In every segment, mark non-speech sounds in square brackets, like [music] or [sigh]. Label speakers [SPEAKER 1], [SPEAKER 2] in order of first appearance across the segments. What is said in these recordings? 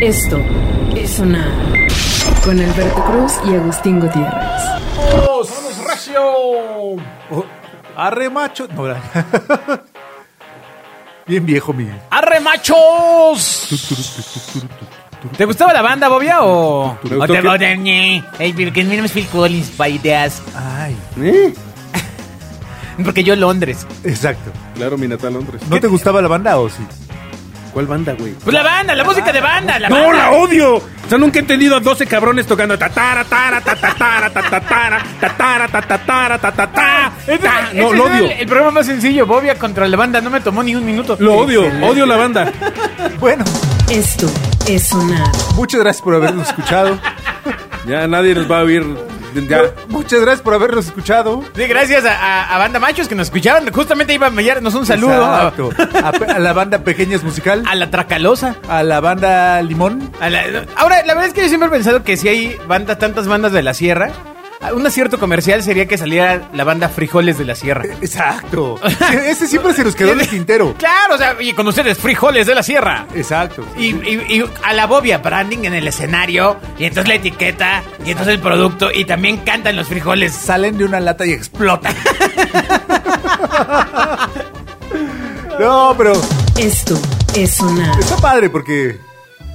[SPEAKER 1] Esto es sonar con Alberto Cruz y Agustín Gutiérrez.
[SPEAKER 2] ¡Vamos! ¡Vamos, Recio!
[SPEAKER 3] Oh, arre macho. No, la- [laughs] Bien viejo, Miguel.
[SPEAKER 2] ¡Arre, machos! ¿Te gustaba la banda, Bobia, o...?
[SPEAKER 3] Me
[SPEAKER 2] o
[SPEAKER 3] gustó
[SPEAKER 2] te
[SPEAKER 3] que-
[SPEAKER 2] moderné? Ey, porque mira, es Phil Collins, by ideas.
[SPEAKER 3] Ay,
[SPEAKER 4] ¿Eh?
[SPEAKER 2] Porque yo Londres.
[SPEAKER 3] exacto.
[SPEAKER 4] Claro, mi natal Londres.
[SPEAKER 3] ¿No te gustaba la banda o sí?
[SPEAKER 4] ¿Cuál banda, güey?
[SPEAKER 2] Pues la banda, la música de banda, la
[SPEAKER 4] ¡No,
[SPEAKER 2] banda.
[SPEAKER 4] la odio! O sea, nunca he entendido a 12 cabrones tocando tatara, tara, tatara, tatara, tatara, tatara, tatara, ta. No,
[SPEAKER 2] Ah, Ese
[SPEAKER 4] lo
[SPEAKER 2] era
[SPEAKER 4] odio.
[SPEAKER 2] El, el programa más sencillo, Bobia contra la banda, no me tomó ni un minuto.
[SPEAKER 4] Lo odio, odio la banda.
[SPEAKER 3] Bueno,
[SPEAKER 1] Esto es sonar
[SPEAKER 3] muchas gracias por habernos escuchado.
[SPEAKER 4] Ya nadie nos va a oír. Ya.
[SPEAKER 3] Muchas gracias por habernos escuchado.
[SPEAKER 2] Sí, gracias a, a- a Banda Machos que nos escucharon. Justamente iba a enviarnos un saludo a, [laughs]
[SPEAKER 3] Exacto. A, a la banda Pequeñas Musical.
[SPEAKER 2] a la Tracalosa.
[SPEAKER 3] A la banda Limón.
[SPEAKER 2] A la- ahora, la verdad es que yo siempre he pensado que si hay bandas, tantas bandas de la sierra, un acierto comercial sería que saliera la banda Frijoles de la Sierra.
[SPEAKER 3] Exacto. Sí, Ese siempre se nos quedó en el tintero.
[SPEAKER 2] [laughs] Claro, o sea, y con ustedes, Frijoles de la Sierra.
[SPEAKER 3] Exacto.
[SPEAKER 2] Y, y- y a la bobia branding en el escenario, y entonces la etiqueta, y entonces el producto, y también cantan los frijoles.
[SPEAKER 3] Salen de una lata y explotan. [laughs]
[SPEAKER 2] Plota.
[SPEAKER 3] No, pero
[SPEAKER 1] Esto es sonar
[SPEAKER 3] está padre porque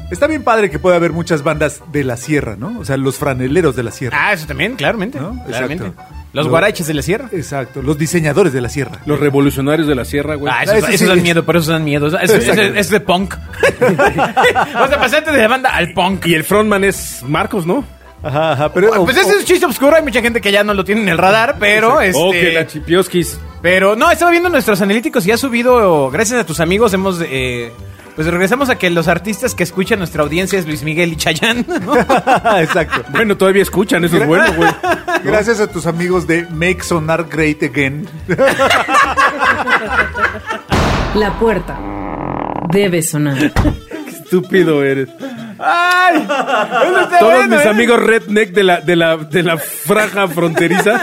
[SPEAKER 3] está bien padre que pueda haber muchas bandas de la sierra, ¿no? O sea, los franeleros de la sierra.
[SPEAKER 2] Ah, eso también, claramente.
[SPEAKER 3] ¿No?
[SPEAKER 2] claramente.
[SPEAKER 3] Exacto.
[SPEAKER 2] Los
[SPEAKER 3] Lo-
[SPEAKER 2] guaraches de la Sierra.
[SPEAKER 3] Exacto, los diseñadores de la sierra.
[SPEAKER 4] Los revolucionarios de la sierra, güey.
[SPEAKER 2] Ah, eso,
[SPEAKER 3] Ah, eso
[SPEAKER 2] eso
[SPEAKER 3] sí.
[SPEAKER 2] dan miedo, pero eso dan miedo. Eso- eso- eso-
[SPEAKER 3] Exacto.
[SPEAKER 2] eso es de punk.
[SPEAKER 3] [laughs]
[SPEAKER 2] [laughs] Vamos a pasarte de la banda al punk.
[SPEAKER 4] Y el frontman es Marcos, ¿no?
[SPEAKER 3] Ajá, ajá, pero
[SPEAKER 2] Ah, Pues
[SPEAKER 3] o-
[SPEAKER 2] ese es un chiste oscuro, hay mucha gente que ya no lo tiene en el radar, pero este.
[SPEAKER 4] O Oh, que la chipioskis.
[SPEAKER 2] Pero no, estaba viendo nuestros analíticos y ha subido, gracias a tus amigos, hemos... eh, pues regresamos a que los artistas que escuchan nuestra audiencia es Luis Miguel y Chayanne, [laughs] ¿no?
[SPEAKER 3] o- [laughs] exacto.
[SPEAKER 4] Bueno, todavía escuchan, eso es bueno,
[SPEAKER 2] [laughs]
[SPEAKER 4] güey.
[SPEAKER 3] Gracias a tus amigos de Make Sonar Great Again.
[SPEAKER 1] La puerta debe sonar.
[SPEAKER 4] Estúpido eres.
[SPEAKER 2] ¡Ay! Eso está
[SPEAKER 4] Todos
[SPEAKER 2] bueno,
[SPEAKER 4] mis
[SPEAKER 2] ¿eh?
[SPEAKER 4] amigos redneck de la, de la, de la franja fronteriza.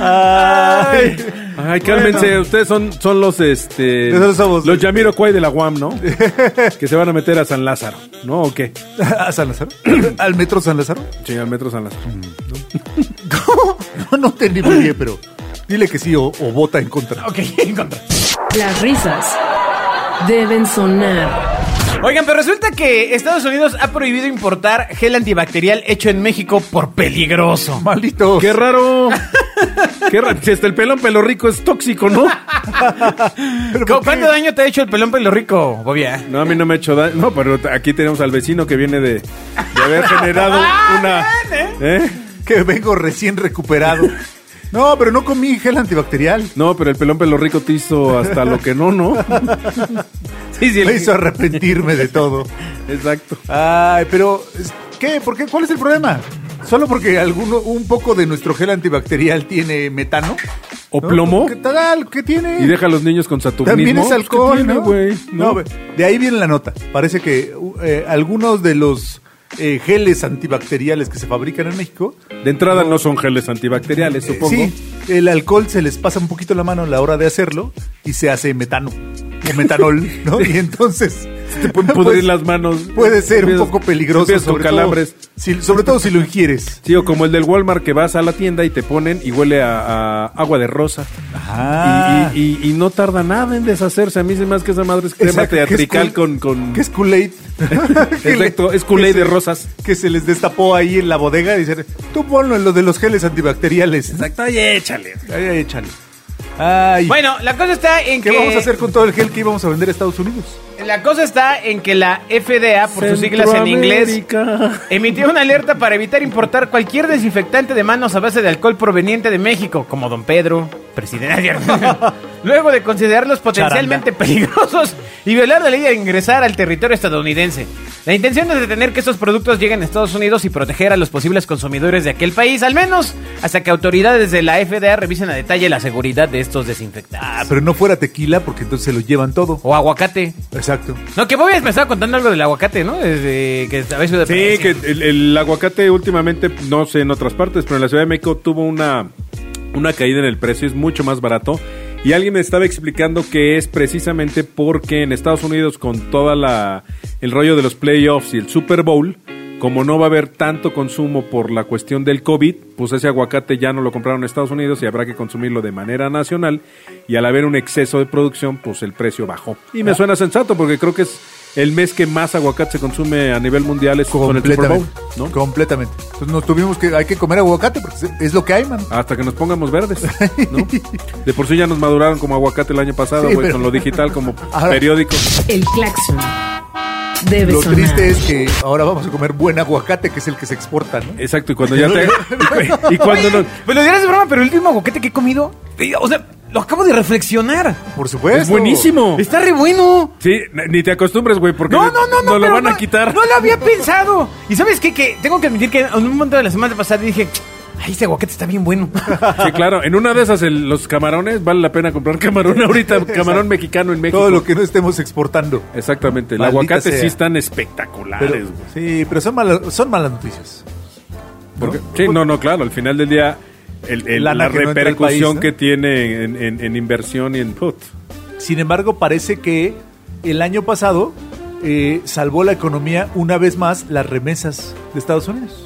[SPEAKER 4] Ay, Ay, cálmense, ustedes son, son los este
[SPEAKER 3] Nosotros somos-
[SPEAKER 4] los Yamiro Cuay de la UAM,
[SPEAKER 3] [laughs]
[SPEAKER 4] ¿no? que se van a meter a San Lázaro, ¿no? ¿O qué?
[SPEAKER 3] [laughs] ¿A San Lázaro? [clears throat] ¿Al metro San Lázaro? [laughs]
[SPEAKER 4] Sí, al metro San Lázaro.
[SPEAKER 3] Pues- No, no entendí muy bien, pero dile que sí o, o vota en contra.
[SPEAKER 2] Ok, encontré.
[SPEAKER 1] Las risas deben sonar.
[SPEAKER 2] Oigan, pero resulta que Estados Unidos ha prohibido importar gel antibacterial hecho en México por peligroso.
[SPEAKER 3] Maldito.
[SPEAKER 4] ¡Qué raro! Qué raro. Si hasta el pelón pelo rico es tóxico, ¿no?
[SPEAKER 2] ¿Cu- ¿Cuánto daño te ha hecho el pelón pelo rico, ah? Bobia?
[SPEAKER 4] No, a mí no me ha hecho daño. No, pero aquí tenemos al vecino que viene de, de haber
[SPEAKER 3] [laughs]
[SPEAKER 4] generado
[SPEAKER 3] Ah,
[SPEAKER 4] una. ¿eh?
[SPEAKER 3] Que vengo recién recuperado. No, pero no comí gel antibacterial.
[SPEAKER 4] No, pero el pelón pelo rico te hizo hasta lo que no, ¿no? [laughs] Sí, sí, el-
[SPEAKER 3] Me hizo arrepentirme de todo.
[SPEAKER 4] Exacto.
[SPEAKER 3] Ay, pero es- ¿qué? ¿Por qué? ¿Cuál es el problema? Solo porque alguno, un poco de nuestro gel antibacterial tiene metano.
[SPEAKER 4] ¿O
[SPEAKER 3] ¿no?
[SPEAKER 4] plomo?
[SPEAKER 3] ¿Qué tal? ¿Qué tiene?
[SPEAKER 4] Y deja a los niños con saturnismo.
[SPEAKER 3] También es alcohol,
[SPEAKER 4] ¿Qué tiene,
[SPEAKER 3] ¿no?
[SPEAKER 4] güey?
[SPEAKER 3] No,
[SPEAKER 4] No.
[SPEAKER 3] ve- de ahí viene la nota. Parece que uh, eh, algunos de los eh, geles antibacteriales que se fabrican en México,
[SPEAKER 4] De entrada no son geles antibacteriales,
[SPEAKER 3] eh,
[SPEAKER 4] supongo.
[SPEAKER 3] sí, el alcohol se les pasa un poquito la mano a la hora de hacerlo y se hace metano o metanol,
[SPEAKER 4] [laughs]
[SPEAKER 3] ¿no? Y entonces pues, [laughs]
[SPEAKER 4] Te pueden pudrir las manos.
[SPEAKER 3] puede ser un
[SPEAKER 4] Empiezas-
[SPEAKER 3] poco peligroso,
[SPEAKER 4] empiezas con
[SPEAKER 3] sobre
[SPEAKER 4] calambres.
[SPEAKER 3] todo si, sobre todo si lo ingieres.
[SPEAKER 4] Sí, o como el del Walmart que vas a la tienda y te ponen y huele a, a agua de rosa.
[SPEAKER 3] Ajá.
[SPEAKER 4] Y, y- y- y no tarda nada en deshacerse. A mí se me hace que esa madre es crema
[SPEAKER 3] Exacto, que es
[SPEAKER 4] teatrical
[SPEAKER 3] Kool-
[SPEAKER 4] con... con...
[SPEAKER 3] Que es Kool-Aid. [laughs] Que le-
[SPEAKER 4] Exacto, es Kool-Aid
[SPEAKER 3] que
[SPEAKER 4] de
[SPEAKER 3] se-
[SPEAKER 4] rosas.
[SPEAKER 3] Que se les destapó ahí en la bodega y dicen, tú ponlo en lo de los geles antibacteriales.
[SPEAKER 4] Exacto, y échale.
[SPEAKER 3] Ahí, ahí, échale. Ay,
[SPEAKER 2] Bueno, la cosa está en
[SPEAKER 3] ¿qué
[SPEAKER 2] que...
[SPEAKER 3] vamos a hacer con todo el gel que íbamos a vender a Estados Unidos?
[SPEAKER 2] La cosa está en que la FDA, por sus siglas en inglés,
[SPEAKER 4] Centroamérica.
[SPEAKER 2] emitió una alerta para evitar importar cualquier desinfectante de manos a base de alcohol proveniente de México, como Don Pedro, presidente. [laughs] Luego de considerarlos potencialmente peligrosos y violar la ley de ingresar al territorio estadounidense. La intención es detener que estos productos lleguen a Estados Unidos y proteger a los posibles consumidores de aquel país, al menos hasta que autoridades de la FDA revisen a detalle la seguridad de estos
[SPEAKER 3] Ah,
[SPEAKER 2] desinfectantes.
[SPEAKER 3] pero no fuera tequila porque entonces se lo llevan todo.
[SPEAKER 2] O aguacate.
[SPEAKER 3] Exacto.
[SPEAKER 2] No, que Bobby me estaba contando algo del aguacate, ¿no? Desde que habéis sido de
[SPEAKER 4] Sí, que el, el aguacate últimamente, no sé en otras partes, pero en la Ciudad de México tuvo una, una caída en el precio, es mucho más barato. Y alguien me estaba explicando que es precisamente porque en Estados Unidos con toda la el rollo de los playoffs y el Super Bowl, como no va a haber tanto consumo por la cuestión del COVID, pues ese aguacate ya no lo compraron en Estados Unidos y habrá que consumirlo de manera nacional y al haber un exceso de producción, pues el precio bajó. Y me suena sensato porque creo que es el mes que más aguacate se consume a nivel mundial es con el Super Bowl,
[SPEAKER 3] Completamente.
[SPEAKER 4] ¿no?
[SPEAKER 3] Completamente. Entonces nos tuvimos que. Hay que comer aguacate porque se- es lo que hay, man.
[SPEAKER 4] Hasta que nos
[SPEAKER 3] [laughs]
[SPEAKER 4] pongamos verdes, ¿no? De por sí ya nos maduraron como aguacate el año pasado,
[SPEAKER 3] Sí,
[SPEAKER 4] güey,
[SPEAKER 3] pero-
[SPEAKER 4] con lo digital como
[SPEAKER 3] [laughs] Ahora-
[SPEAKER 4] periódico.
[SPEAKER 1] El claxon debe
[SPEAKER 3] Lo
[SPEAKER 1] sonar.
[SPEAKER 3] triste es que ahora vamos a comer buen aguacate, que es el que se exporta, ¿no?
[SPEAKER 4] Exacto, y cuando ya te...
[SPEAKER 3] [laughs]
[SPEAKER 4] [laughs] Y cuando no...
[SPEAKER 2] Pues lo dirás de broma, pero el último aguacate que he comido, eh, o sea, lo acabo de reflexionar.
[SPEAKER 3] Por supuesto.
[SPEAKER 4] Es buenísimo.
[SPEAKER 2] Está re bueno.
[SPEAKER 4] Sí, n- ni te acostumbres, güey, porque
[SPEAKER 2] No, no, no, no.
[SPEAKER 4] nos lo
[SPEAKER 2] pero
[SPEAKER 4] van a
[SPEAKER 2] no-
[SPEAKER 4] quitar.
[SPEAKER 2] No lo había pensado. Y sabes qué, que tengo que admitir que en un momento de la semana pasada dije, ay, este aguacate está bien [laughs] bueno.
[SPEAKER 4] Sí, claro. En una de esas, el- los camarones, vale la pena
[SPEAKER 3] [laughs]
[SPEAKER 4] comprar camarón ahorita, camarón mexicano en México.
[SPEAKER 3] Todo lo que no estemos exportando.
[SPEAKER 4] Exactamente. El
[SPEAKER 3] Maldita
[SPEAKER 4] aguacate
[SPEAKER 3] sea.
[SPEAKER 4] sí están
[SPEAKER 3] Pero-
[SPEAKER 4] espectaculares, güey.
[SPEAKER 3] sí, pero son malas, son malas noticias.
[SPEAKER 4] Porque- Sí, no, no, claro. Al final del día, el- el-
[SPEAKER 3] Lana
[SPEAKER 4] la
[SPEAKER 3] que no entra al
[SPEAKER 4] repercusión
[SPEAKER 3] país, ¿no?
[SPEAKER 4] que tiene en, en- en inversión y en... put.
[SPEAKER 3] Sin embargo, parece que el año pasado eh, salvó la economía una vez más las remesas de Estados Unidos.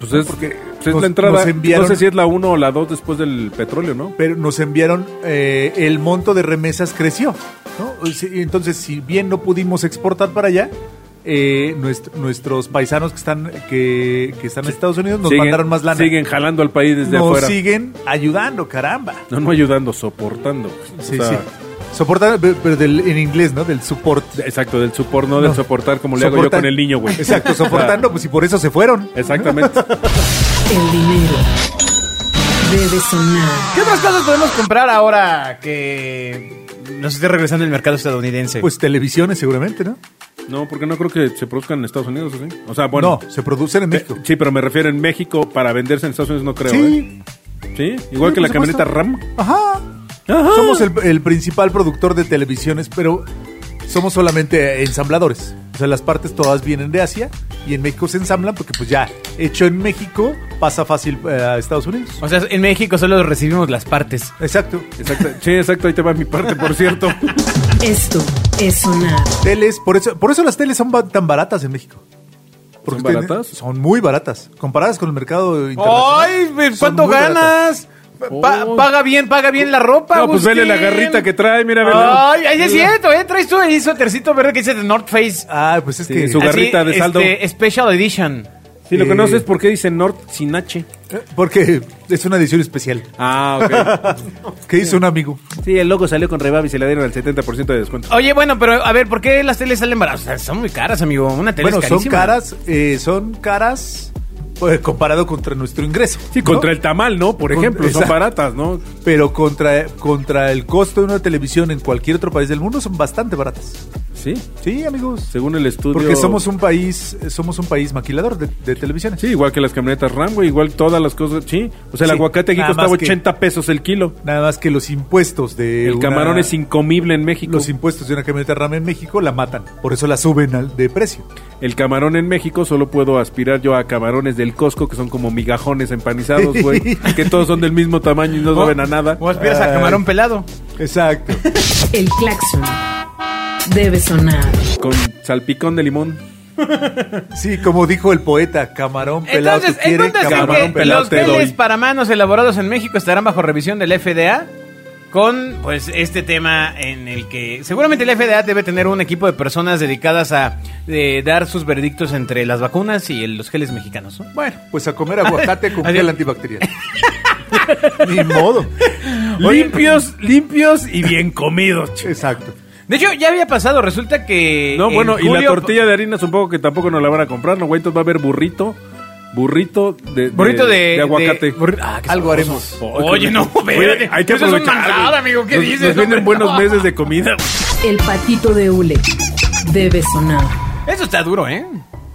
[SPEAKER 4] Pues es,
[SPEAKER 3] Porque
[SPEAKER 4] pues es
[SPEAKER 3] nos-
[SPEAKER 4] la entrada.
[SPEAKER 3] nos enviaron-
[SPEAKER 4] No sé si es la 1 o la 2 después del petróleo, ¿no?
[SPEAKER 3] Pero nos enviaron, eh, el monto de remesas creció. ¿no? Sí, Entonces, si bien no pudimos exportar para allá, eh, nuestro- nuestros paisanos que están, que, que están en Estados Unidos nos
[SPEAKER 4] Siguen-
[SPEAKER 3] mandaron más lana.
[SPEAKER 4] Siguen jalando al país desde
[SPEAKER 3] nos
[SPEAKER 4] afuera.
[SPEAKER 3] siguen ayudando, caramba.
[SPEAKER 4] No, no ayudando, soportando. O
[SPEAKER 3] Sí,
[SPEAKER 4] sea,
[SPEAKER 3] sí. Soportar, pe- pero del- en inglés, ¿no? Del support.
[SPEAKER 4] Exacto, del supor, no, del
[SPEAKER 3] No.
[SPEAKER 4] soportar, como le hago yo
[SPEAKER 3] Soportan-
[SPEAKER 4] con el niño, güey.
[SPEAKER 3] Exacto,
[SPEAKER 4] [laughs] O sea,
[SPEAKER 3] soportando, pues y por eso se fueron.
[SPEAKER 4] Exactamente.
[SPEAKER 1] El dinero debe sonar.
[SPEAKER 2] ¿Qué otras cosas podemos comprar ahora que nos esté regresando el mercado estadounidense?
[SPEAKER 3] Pues televisiones seguramente, ¿no?
[SPEAKER 4] No, porque no creo que se produzcan en Estados Unidos, ¿o sí? O sea, bueno.
[SPEAKER 3] no, se producen en
[SPEAKER 4] pe-
[SPEAKER 3] México.
[SPEAKER 4] Sí, pero me refiero en México para venderse en Estados Unidos, no creo. ¿eh?
[SPEAKER 3] Sí,
[SPEAKER 4] Sí, igual
[SPEAKER 3] Sí,
[SPEAKER 4] que
[SPEAKER 3] por
[SPEAKER 4] la
[SPEAKER 3] supuesto.
[SPEAKER 4] camioneta RAM.
[SPEAKER 3] ajá.
[SPEAKER 4] Ajá.
[SPEAKER 3] Somos el, el principal productor de televisiones, pero somos solamente ensambladores. O sea, las partes todas vienen de Asia y en México se ensamblan porque pues ya hecho en México pasa fácil eh, a Estados Unidos.
[SPEAKER 2] O sea, en México solo recibimos las partes.
[SPEAKER 3] Exacto.
[SPEAKER 4] Exacto. Sí, exacto, ahí te va mi parte, por
[SPEAKER 3] [laughs]
[SPEAKER 4] cierto.
[SPEAKER 1] Esto es sonar.
[SPEAKER 3] Teles, por eso, por eso las teles son ba- tan baratas en México.
[SPEAKER 4] ¿Son
[SPEAKER 3] tienen-
[SPEAKER 4] baratas?
[SPEAKER 3] son muy baratas. Comparadas con el mercado internacional.
[SPEAKER 2] ¡Ay!
[SPEAKER 3] son
[SPEAKER 2] ¿Cuánto
[SPEAKER 3] muy baratas.
[SPEAKER 2] ganas? Pa-
[SPEAKER 4] Oh.
[SPEAKER 2] Paga bien, paga bien la ropa.
[SPEAKER 4] No, pues vele la
[SPEAKER 2] Agustín.
[SPEAKER 4] garrita que trae, [laughs] mira, ¿verdad?
[SPEAKER 2] Ay, ay, es cierto, ¿eh? Traes tú ahí su tercito verde que dice The North Face.
[SPEAKER 3] Ah, pues es
[SPEAKER 4] Sí,
[SPEAKER 3] que...
[SPEAKER 4] su gar- garrita de saldo.
[SPEAKER 2] este, special Edition.
[SPEAKER 4] Sí, lo que no
[SPEAKER 3] Eh.
[SPEAKER 4] sé es por qué dice North sin H.
[SPEAKER 3] Porque es una edición especial
[SPEAKER 4] Ah, ok.
[SPEAKER 3] que hizo un amigo.
[SPEAKER 4] [laughs] sí, el loco salió con rebab y se le dieron el 70% de descuento.
[SPEAKER 2] Oye, bueno, pero a ver, ¿por qué las teles salen baratas? O sea, son muy caras, amigo. Una tele
[SPEAKER 3] Bueno,
[SPEAKER 2] es
[SPEAKER 3] son
[SPEAKER 2] carísima.
[SPEAKER 3] caras, eh, son caras eh, comparado contra nuestro ingreso.
[SPEAKER 4] Sí,
[SPEAKER 3] ¿no?
[SPEAKER 4] contra el tamal, ¿no? Por
[SPEAKER 3] Con-
[SPEAKER 4] ejemplo, son
[SPEAKER 3] exacto.
[SPEAKER 4] baratas, ¿no?
[SPEAKER 3] Pero contra, contra el costo de una televisión en cualquier otro país del mundo son bastante baratas.
[SPEAKER 4] Sí,
[SPEAKER 3] Sí, amigos.
[SPEAKER 4] según el estudio.
[SPEAKER 3] Porque somos un país, somos un país maquilador de, de televisiones.
[SPEAKER 4] Sí, igual que las camionetas Ram, güey, igual todas las cosas, sí. O sea, el
[SPEAKER 3] Sí,
[SPEAKER 4] aguacate aquí
[SPEAKER 3] nada
[SPEAKER 4] costaba
[SPEAKER 3] más que-
[SPEAKER 4] 80 pesos el kilo.
[SPEAKER 3] Nada más que los impuestos de
[SPEAKER 4] El
[SPEAKER 3] una-
[SPEAKER 4] camarón es incomible en México.
[SPEAKER 3] los impuestos de una camioneta RAM en México la matan, por eso la suben al de precio.
[SPEAKER 4] El camarón en México solo puedo aspirar yo a camarones del Costco que son como migajones empanizados, [laughs] güey, que todos son del mismo tamaño y no saben a nada.
[SPEAKER 2] O aspiras a camarón pelado.
[SPEAKER 3] Exacto.
[SPEAKER 2] [laughs]
[SPEAKER 1] El claxon debe sonar.
[SPEAKER 4] Con salpicón de limón.
[SPEAKER 3] Sí, como dijo el poeta, camarón pelado
[SPEAKER 2] Entonces,
[SPEAKER 3] te quiere,
[SPEAKER 2] entonces
[SPEAKER 4] camarón
[SPEAKER 2] ¿en qué
[SPEAKER 4] pelado
[SPEAKER 2] los
[SPEAKER 4] te
[SPEAKER 2] teles
[SPEAKER 4] doy.
[SPEAKER 2] para manos elaborados en México estarán bajo revisión del FDA con pues este tema en el que seguramente el FDA debe tener un equipo de personas dedicadas a eh, dar sus verdictos entre las vacunas y el- los geles mexicanos. ¿no?
[SPEAKER 3] Bueno, pues a comer aguacate
[SPEAKER 2] [laughs]
[SPEAKER 3] con
[SPEAKER 2] Adiós.
[SPEAKER 3] gel antibacterial. Ni modo.
[SPEAKER 4] limpios, limpios y bien comidos. ch-
[SPEAKER 3] Exacto.
[SPEAKER 2] De hecho, ya había pasado, resulta que
[SPEAKER 4] No,
[SPEAKER 2] en
[SPEAKER 4] bueno, y la
[SPEAKER 2] julio-
[SPEAKER 4] tortilla de harina supongo que tampoco nos la van a comprar, ¿no, güey? Entonces va a haber burrito, burrito de, de-
[SPEAKER 2] Burrito de-
[SPEAKER 4] aguacate.
[SPEAKER 2] de- burri- ah, qué
[SPEAKER 3] Algo
[SPEAKER 2] sabroso.
[SPEAKER 3] haremos.
[SPEAKER 2] Oye, no, [laughs] espérate.
[SPEAKER 4] Oye, hay que
[SPEAKER 2] Eso es un
[SPEAKER 4] aprovechar,
[SPEAKER 2] manjar,
[SPEAKER 4] güey.
[SPEAKER 2] amigo, ¿qué
[SPEAKER 4] Nos-
[SPEAKER 2] dices,
[SPEAKER 4] Nos vienen
[SPEAKER 2] hombre?
[SPEAKER 4] buenos meses de comida.
[SPEAKER 1] El patito de hule debe sonar.
[SPEAKER 2] Eso está duro, ¿eh?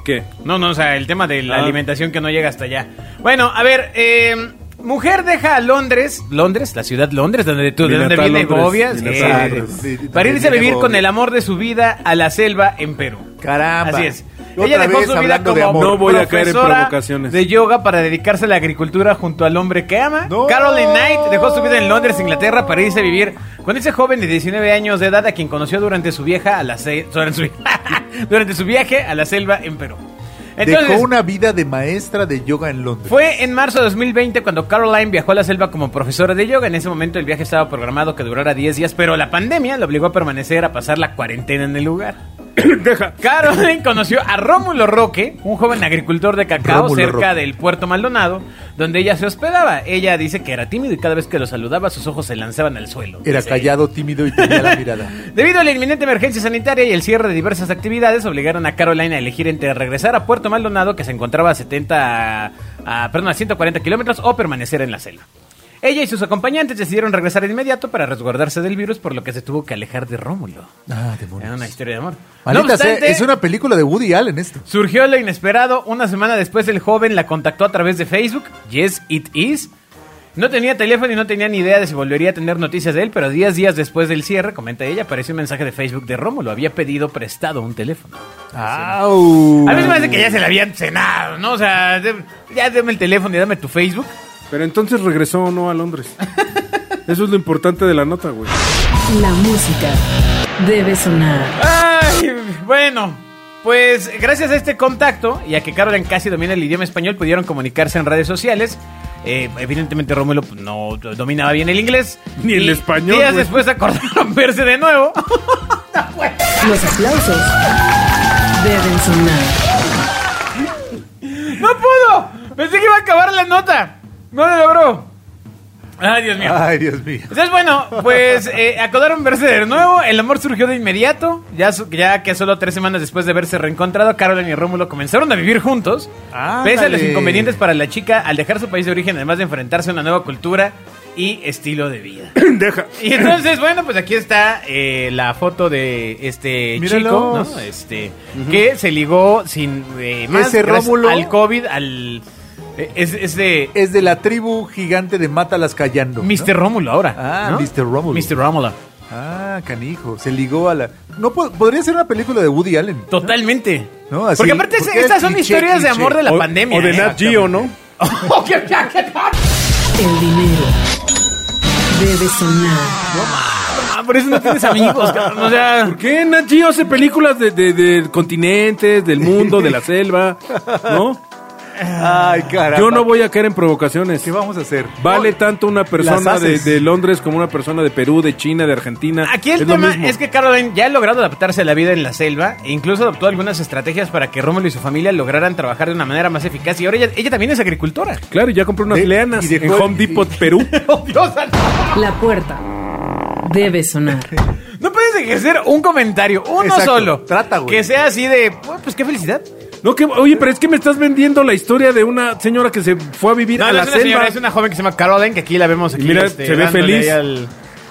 [SPEAKER 4] ¿Qué?
[SPEAKER 2] No, no, o sea, el tema de la
[SPEAKER 4] Ah.
[SPEAKER 2] alimentación que no llega hasta allá. Bueno, a ver, eh, mujer deja a Londres, Londres, la ciudad Londres, donde, tú,
[SPEAKER 4] Mi
[SPEAKER 2] de donde
[SPEAKER 4] natal
[SPEAKER 2] viene
[SPEAKER 4] Londres,
[SPEAKER 2] Bobia,
[SPEAKER 4] mi
[SPEAKER 2] sí,
[SPEAKER 4] natal
[SPEAKER 2] sí,
[SPEAKER 3] Londres.
[SPEAKER 2] sí. para irse a
[SPEAKER 3] Viene
[SPEAKER 2] vivir con
[SPEAKER 3] Bobia.
[SPEAKER 2] el amor de su vida a la selva en Perú.
[SPEAKER 3] Caramba.
[SPEAKER 2] Así es. Ella
[SPEAKER 3] Otra
[SPEAKER 2] dejó
[SPEAKER 3] vez
[SPEAKER 2] su vida
[SPEAKER 3] hablando
[SPEAKER 2] como
[SPEAKER 3] de amor.
[SPEAKER 4] No voy a caer en
[SPEAKER 2] profesora
[SPEAKER 4] provocaciones.
[SPEAKER 2] De yoga para dedicarse a la agricultura junto al hombre que ama.
[SPEAKER 3] No.
[SPEAKER 2] Caroline Knight dejó su vida en Londres, Inglaterra, para irse a vivir con ese joven de 19 años de edad a quien conoció durante su viaje a la se- [laughs] durante su, durante su viaje a la selva en Perú.
[SPEAKER 3] Dejó una vida de maestra de yoga en Londres.
[SPEAKER 2] Fue en marzo de 2020 cuando Caroline viajó a la selva como profesora de yoga. En ese momento el viaje estaba programado que durara 10 días, pero la pandemia la obligó a permanecer a pasar la cuarentena en el
[SPEAKER 3] [coughs]
[SPEAKER 2] lugar. Caroline conoció a Rómulo Roque, un joven agricultor de cacao
[SPEAKER 3] Rómulo
[SPEAKER 2] cerca
[SPEAKER 3] Roque.
[SPEAKER 2] del puerto Maldonado, donde ella se hospedaba. Ella dice que era tímido y cada vez que lo saludaba sus ojos se lanzaban al suelo.
[SPEAKER 3] Era
[SPEAKER 2] Dice,
[SPEAKER 3] callado, tímido y tenía la mirada.
[SPEAKER 2] [laughs] Debido a la inminente emergencia sanitaria y el cierre de diversas actividades, obligaron a Caroline a elegir entre regresar a Puerto Maldonado, que se encontraba a 70, a- a, perdón, a 140 kilómetros, o permanecer en la selva. Ella y sus acompañantes decidieron regresar de inmediato para resguardarse del virus, por lo que se tuvo que alejar de Rómulo.
[SPEAKER 3] Ah,
[SPEAKER 2] Era
[SPEAKER 3] demonios.
[SPEAKER 2] una historia de amor.
[SPEAKER 3] Maldita
[SPEAKER 2] No
[SPEAKER 3] sea,
[SPEAKER 2] obstante,
[SPEAKER 3] es una película de Woody Allen esto.
[SPEAKER 2] Surgió lo inesperado. Una semana después, el joven la contactó a través de Facebook. Yes, it is. No tenía teléfono y no tenía ni idea de si volvería a tener noticias de él, pero 10 días después del cierre, comenta ella, apareció un mensaje de Facebook de Rómulo. Había pedido prestado un teléfono.
[SPEAKER 3] Au.
[SPEAKER 2] A mí se me hace que ya se la habían cenado, ¿no? O sea, de- ya dame el teléfono y dame tu Facebook.
[SPEAKER 4] Pero entonces regresó o no a
[SPEAKER 2] [laughs]
[SPEAKER 4] Londres. Eso es lo importante de la nota, güey.
[SPEAKER 1] La música debe sonar.
[SPEAKER 2] Ay, bueno. Pues gracias a este contacto y a que Caroline casi domina el idioma español, pudieron comunicarse en redes sociales. Eh, evidentemente Rómulo pues, no dominaba bien el inglés.
[SPEAKER 4] Ni el
[SPEAKER 2] Y
[SPEAKER 4] español,
[SPEAKER 2] Días
[SPEAKER 4] güey.
[SPEAKER 2] después acordaron [laughs] verse de nuevo.
[SPEAKER 1] Los aplausos deben sonar.
[SPEAKER 2] ¡No pudo! Pensé que iba a acabar la nota. No lo logró. Ay, Dios mío.
[SPEAKER 3] Ay, Dios mío.
[SPEAKER 2] Entonces, bueno, pues eh, acordaron verse de nuevo. El amor surgió de inmediato. Ya, su- ya que solo tres semanas después de haberse reencontrado, Caroline y Rómulo comenzaron a vivir juntos.
[SPEAKER 3] Ándale.
[SPEAKER 2] Pese a los inconvenientes para la chica al dejar su país de origen, además de enfrentarse a una nueva cultura y estilo de
[SPEAKER 3] [clears throat]
[SPEAKER 2] vida.
[SPEAKER 4] Deja.
[SPEAKER 2] Y entonces, bueno, pues aquí está eh, la foto de este
[SPEAKER 3] Míralos.
[SPEAKER 2] chico, ¿no? Este, que se ligó sin eh, más
[SPEAKER 3] Ese
[SPEAKER 2] gracias
[SPEAKER 3] Rómulo-
[SPEAKER 2] al COVID, al. eh, Es, es de
[SPEAKER 3] Es de la tribu gigante de Mátalas Callando. ¿no?
[SPEAKER 2] Mr. Rómulo ahora.
[SPEAKER 3] Ah,
[SPEAKER 2] ¿no?
[SPEAKER 3] Mr. Rómulo.
[SPEAKER 2] Mr. Rómulo.
[SPEAKER 3] Ah, canijo. Se ligó a la. No po- podría ser una película de Woody Allen. ¿no?
[SPEAKER 2] Totalmente.
[SPEAKER 3] No, así-
[SPEAKER 2] porque aparte
[SPEAKER 3] porque
[SPEAKER 2] estas
[SPEAKER 3] es
[SPEAKER 2] son
[SPEAKER 3] cliché,
[SPEAKER 2] historias de
[SPEAKER 3] cliché.
[SPEAKER 2] amor de la
[SPEAKER 4] o,
[SPEAKER 2] pandemia.
[SPEAKER 4] O de
[SPEAKER 2] ¿eh?
[SPEAKER 4] Nat Geo, ¿no?
[SPEAKER 1] El dinero debe sonar.
[SPEAKER 2] Ah, por eso no tienes amigos, cabrón. O sea,
[SPEAKER 4] ¿Por qué Nat Geo hace películas de, de- de continentes, del mundo,
[SPEAKER 2] [laughs]
[SPEAKER 4] de la selva? ¿No?
[SPEAKER 2] Ah,
[SPEAKER 3] Ay, carajo.
[SPEAKER 4] Yo no voy a caer en provocaciones.
[SPEAKER 3] ¿Qué vamos a hacer?
[SPEAKER 4] Vale tanto una persona
[SPEAKER 3] Las
[SPEAKER 4] de,
[SPEAKER 3] haces.
[SPEAKER 4] de Londres como una persona de Perú, de China, de Argentina.
[SPEAKER 2] aquí el
[SPEAKER 4] Es lo
[SPEAKER 2] tema
[SPEAKER 4] mismo.
[SPEAKER 2] es que Caroline ya ha logrado adaptarse a la vida en la selva e incluso adoptó algunas estrategias para que Rómulo y su familia lograran trabajar de una manera más eficaz. Y ahora ella, ella también es agricultora. [laughs]
[SPEAKER 4] Claro, ya compré unas
[SPEAKER 3] De- y
[SPEAKER 4] leanas
[SPEAKER 3] dejó
[SPEAKER 4] en
[SPEAKER 3] el-
[SPEAKER 4] Home Depot, Perú.
[SPEAKER 2] ¡Oh, Dios santo!
[SPEAKER 1] La puerta debe sonar.
[SPEAKER 2] No puedes ejercer un comentario, uno
[SPEAKER 3] Exacto.
[SPEAKER 2] solo.
[SPEAKER 3] Trata, güey.
[SPEAKER 2] Que sea así de, "Bueno, pues qué felicidad.
[SPEAKER 4] No, que, oye, pero es que me estás vendiendo la historia de una señora que se fue a vivir
[SPEAKER 2] No,
[SPEAKER 4] a
[SPEAKER 2] no
[SPEAKER 4] la
[SPEAKER 2] es una
[SPEAKER 4] selva.
[SPEAKER 2] señora, es una joven que se llama Caroline, que aquí la vemos aquí. este,
[SPEAKER 4] Mira, se ve
[SPEAKER 2] dándole
[SPEAKER 4] feliz.
[SPEAKER 2] ahí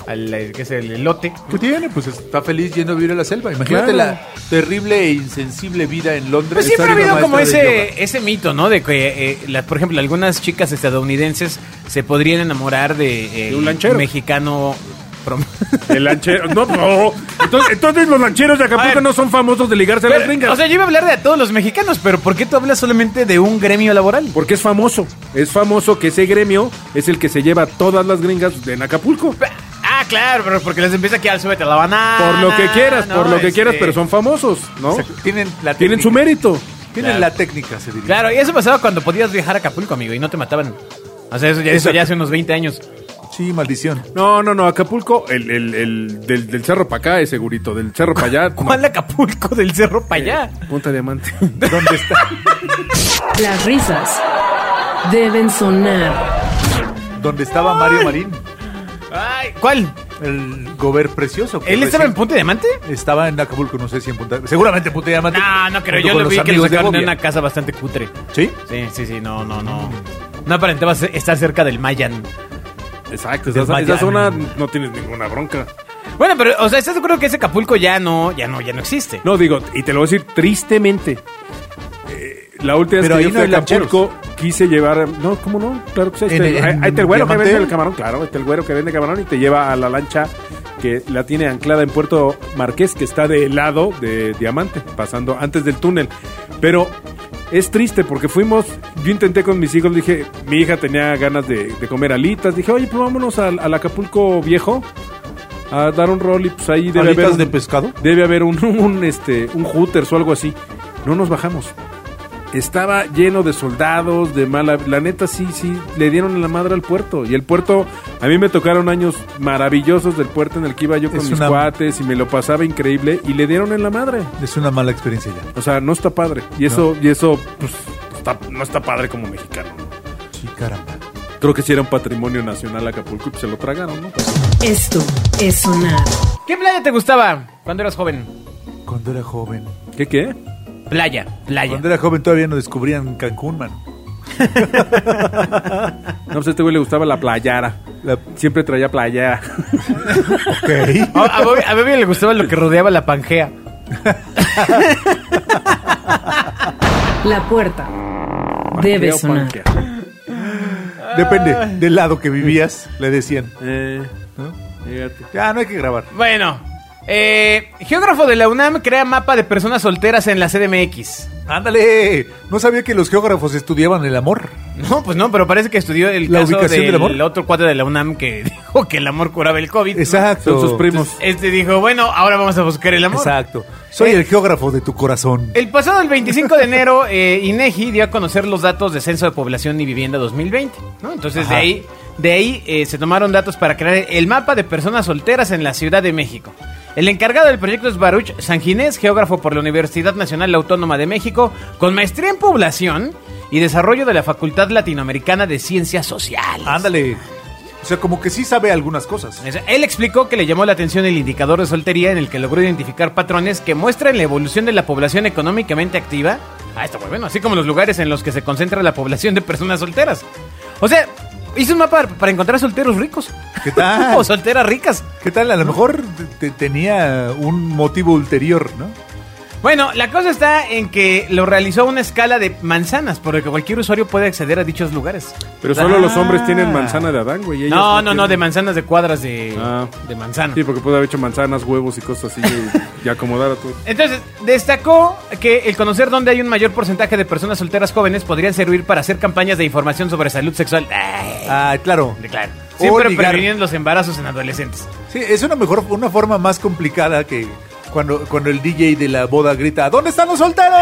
[SPEAKER 2] Al, al- ¿qué es el elote?
[SPEAKER 3] ¿Qué tiene? Pues está feliz yendo a vivir a la selva. Imagínate
[SPEAKER 4] Claro.
[SPEAKER 3] la terrible e insensible vida en Londres.
[SPEAKER 2] Pues siempre ha
[SPEAKER 3] Estar
[SPEAKER 2] habido
[SPEAKER 3] una
[SPEAKER 2] como
[SPEAKER 3] maestra de yoga.
[SPEAKER 2] ese, ese mito, ¿no? De que, eh, las- por ejemplo, algunas chicas estadounidenses se podrían enamorar de, eh,
[SPEAKER 4] De un lanchero.
[SPEAKER 2] mexicano. [laughs] prom-
[SPEAKER 4] El lanchero. No, no. Entonces, entonces los lancheros de
[SPEAKER 2] A
[SPEAKER 4] Acapulco
[SPEAKER 2] ver.
[SPEAKER 4] no son famosos de ligarse a las
[SPEAKER 2] Pero,
[SPEAKER 4] gringas.
[SPEAKER 2] o sea, yo iba a hablar de a todos los mexicanos, pero ¿por qué tú hablas solamente de un gremio laboral?
[SPEAKER 4] porque es famoso. Es famoso que ese gremio es el que se lleva a todas las gringas en Acapulco.
[SPEAKER 2] Ah, claro, pero porque les empieza aquí al súbete a la banana.
[SPEAKER 4] Por lo que quieras,
[SPEAKER 2] Ah, ¿no?
[SPEAKER 4] por lo que quieras,
[SPEAKER 2] Este,
[SPEAKER 4] pero son famosos, ¿no?
[SPEAKER 3] Exacto. Tienen, la
[SPEAKER 4] Tienen
[SPEAKER 3] técnica.
[SPEAKER 4] su mérito.
[SPEAKER 3] Tienen
[SPEAKER 2] Claro.
[SPEAKER 3] la técnica, se diría.
[SPEAKER 2] Claro, y eso pasaba cuando podías viajar a Acapulco, amigo, y no te mataban. O sea, eso ya, eso
[SPEAKER 3] Exacto.
[SPEAKER 2] ya hace unos 20 años.
[SPEAKER 3] Sí, maldición.
[SPEAKER 4] No, no, no, Acapulco, el, el- el- del, del cerro para acá es segurito, del cerro
[SPEAKER 3] [laughs]
[SPEAKER 4] para allá. no.
[SPEAKER 2] ¿Cuál Acapulco del cerro
[SPEAKER 4] Eh.
[SPEAKER 2] para allá?
[SPEAKER 4] Punta diamante.
[SPEAKER 3] ¿Dónde está?
[SPEAKER 1] Las risas deben sonar.
[SPEAKER 3] ¿Dónde estaba Mario Marín?
[SPEAKER 2] Ay, ¿Cuál?
[SPEAKER 3] El gober precioso. que
[SPEAKER 2] ¿Él estaba en
[SPEAKER 3] recién-
[SPEAKER 2] Punta Diamante?
[SPEAKER 3] Estaba en Acapulco, no sé si en Punta Seguramente en Punta Diamante.
[SPEAKER 2] No, no creo.
[SPEAKER 3] junto
[SPEAKER 2] Yo
[SPEAKER 3] con
[SPEAKER 2] lo
[SPEAKER 3] los
[SPEAKER 2] vi que lo
[SPEAKER 3] amigos de
[SPEAKER 2] sacaron en
[SPEAKER 3] Bobia.
[SPEAKER 2] una casa bastante cutre.
[SPEAKER 3] ¿Sí?
[SPEAKER 2] Sí, sí, sí, no, no,
[SPEAKER 3] Mm.
[SPEAKER 2] no. No aparentaba se- estar cerca del Mayan.
[SPEAKER 4] [laughs] Exacto,
[SPEAKER 3] Del
[SPEAKER 4] esa, esa
[SPEAKER 3] Mayán.
[SPEAKER 4] zona no tienes ninguna bronca.
[SPEAKER 2] Bueno, pero, o sea, ¿estás de acuerdo que ese Acapulco ya no, ya no, ya no existe?
[SPEAKER 4] No, digo, y te lo voy a decir tristemente. eh, la última vez
[SPEAKER 3] Pero
[SPEAKER 4] que
[SPEAKER 3] ahí
[SPEAKER 4] yo
[SPEAKER 3] no
[SPEAKER 4] fui
[SPEAKER 3] hay
[SPEAKER 4] a Acapulco quise llevar. No, ¿cómo no? Claro que sí. ahí
[SPEAKER 3] En
[SPEAKER 4] está-
[SPEAKER 3] el-
[SPEAKER 4] ahí-
[SPEAKER 3] en
[SPEAKER 4] ahí está el güero que
[SPEAKER 3] Diamante.
[SPEAKER 4] vende el camarón, claro. ahí Está el güero que vende camarón y te lleva a la lancha que la tiene anclada en Puerto Marqués, que está de lado de Diamante, pasando antes del túnel. Pero es triste porque fuimos, yo intenté con mis hijos, dije, mi hija tenía ganas de, de comer alitas, dije, oye, pues vámonos al, al Acapulco viejo a dar un rol y pues ahí debe
[SPEAKER 3] ¿Alitas
[SPEAKER 4] haber... un-
[SPEAKER 3] de pescado?
[SPEAKER 4] Debe haber un, [laughs] un, este, un Hooters o algo así. No nos bajamos. Estaba lleno de soldados, de mala... La neta, sí, sí, le dieron la madre al puerto. Y el puerto, a mí me tocaron años maravillosos del puerto en el que iba yo con
[SPEAKER 3] Es
[SPEAKER 4] mis
[SPEAKER 3] una-
[SPEAKER 4] cuates y me lo pasaba increíble y le dieron en la madre.
[SPEAKER 3] Es una mala experiencia ya.
[SPEAKER 4] O sea, no está padre. Y eso, y eso pues, está- no está padre como mexicano.
[SPEAKER 3] Sí, caramba.
[SPEAKER 4] Creo que sí era un patrimonio nacional Acapulco y pues se lo tragaron, ¿no?
[SPEAKER 1] Esto es sonar.
[SPEAKER 2] ¿Qué playa te gustaba cuando eras joven?
[SPEAKER 3] Cuando era joven.
[SPEAKER 4] ¿Qué qué?
[SPEAKER 2] Playa, playa.
[SPEAKER 3] Cuando era joven todavía no descubrían Cancún, man.
[SPEAKER 4] No, pues a este güey le gustaba la playara.
[SPEAKER 3] La-
[SPEAKER 4] Siempre traía [laughs] playara.
[SPEAKER 3] [laughs]
[SPEAKER 2] A,
[SPEAKER 3] Ah,
[SPEAKER 2] a Bobby, a Bobby le gustaba lo que rodeaba la Pangea.
[SPEAKER 1] La puerta debe
[SPEAKER 4] Creo,
[SPEAKER 1] sonar.
[SPEAKER 4] panquea.
[SPEAKER 3] Depende del lado que vivías, le decían.
[SPEAKER 4] Eh,
[SPEAKER 3] ¿no?
[SPEAKER 4] fíjate.
[SPEAKER 3] Ya, no hay que grabar.
[SPEAKER 2] Bueno, eh, geógrafo de la UNAM crea mapa de personas solteras en la CDMX.
[SPEAKER 3] ¡Ándale! No sabía que los geógrafos estudiaban el amor.
[SPEAKER 2] No, pues no, pero parece que estudió el
[SPEAKER 3] ¿La
[SPEAKER 2] caso
[SPEAKER 3] ubicación del amor?
[SPEAKER 2] otro cuadro de la UNAM que [laughs] dijo que el amor curaba el COVID. ¿no?
[SPEAKER 3] Exacto.
[SPEAKER 4] Son sus primos.
[SPEAKER 2] Este dijo, bueno, ahora vamos a buscar el amor.
[SPEAKER 3] Exacto. Soy el geógrafo de tu corazón.
[SPEAKER 2] El pasado el 25 de enero, eh, INEGI dio a conocer los datos de Censo de Población y Vivienda 2020. ¿no? Entonces,
[SPEAKER 3] Ajá.
[SPEAKER 2] de ahí, de ahí eh, se tomaron datos para crear el mapa de personas solteras en la Ciudad de México. El encargado del proyecto es Baruch Sanginés, geógrafo por la Universidad Nacional Autónoma de México, con maestría en población y desarrollo de la Facultad Latinoamericana de Ciencias Sociales.
[SPEAKER 3] Ándale. O sea, como que sí sabe algunas cosas.
[SPEAKER 2] O sea, Él explicó que le llamó la atención el indicador de soltería en el que logró identificar patrones que muestran la evolución de la población económicamente activa. Ah, está muy bueno, así como los lugares en los que se concentra la población de personas solteras. O sea, hizo un mapa para encontrar solteros ricos.
[SPEAKER 3] [laughs] ¿Qué tal?
[SPEAKER 2] o solteras ricas.
[SPEAKER 3] ¿Qué tal? A lo mejor te- tenía un motivo ulterior, ¿no?
[SPEAKER 2] Bueno, la cosa está en que lo realizó a una escala de manzanas, por lo que cualquier usuario puede acceder a dichos lugares.
[SPEAKER 4] Pero solo
[SPEAKER 3] Ah.
[SPEAKER 4] los hombres tienen manzana de Adán, güey. ellas
[SPEAKER 2] No, no, no, de
[SPEAKER 4] tienen.
[SPEAKER 2] manzanas de cuadras de,
[SPEAKER 4] Ah.
[SPEAKER 2] de manzana.
[SPEAKER 4] Sí, porque puede haber hecho manzanas, huevos y cosas así y, y acomodar a todo.
[SPEAKER 2] Entonces, destacó que el conocer dónde hay un mayor porcentaje de personas solteras jóvenes podrían servir para hacer campañas de información sobre salud sexual. Ay,
[SPEAKER 3] Ah, claro.
[SPEAKER 2] de claro.
[SPEAKER 3] O
[SPEAKER 2] Siempre
[SPEAKER 3] ligar.
[SPEAKER 2] previniendo los embarazos en adolescentes.
[SPEAKER 3] Sí, es una mejor, una forma más complicada que cuando, cuando el DJ de la boda grita, ¿dónde están los solteros?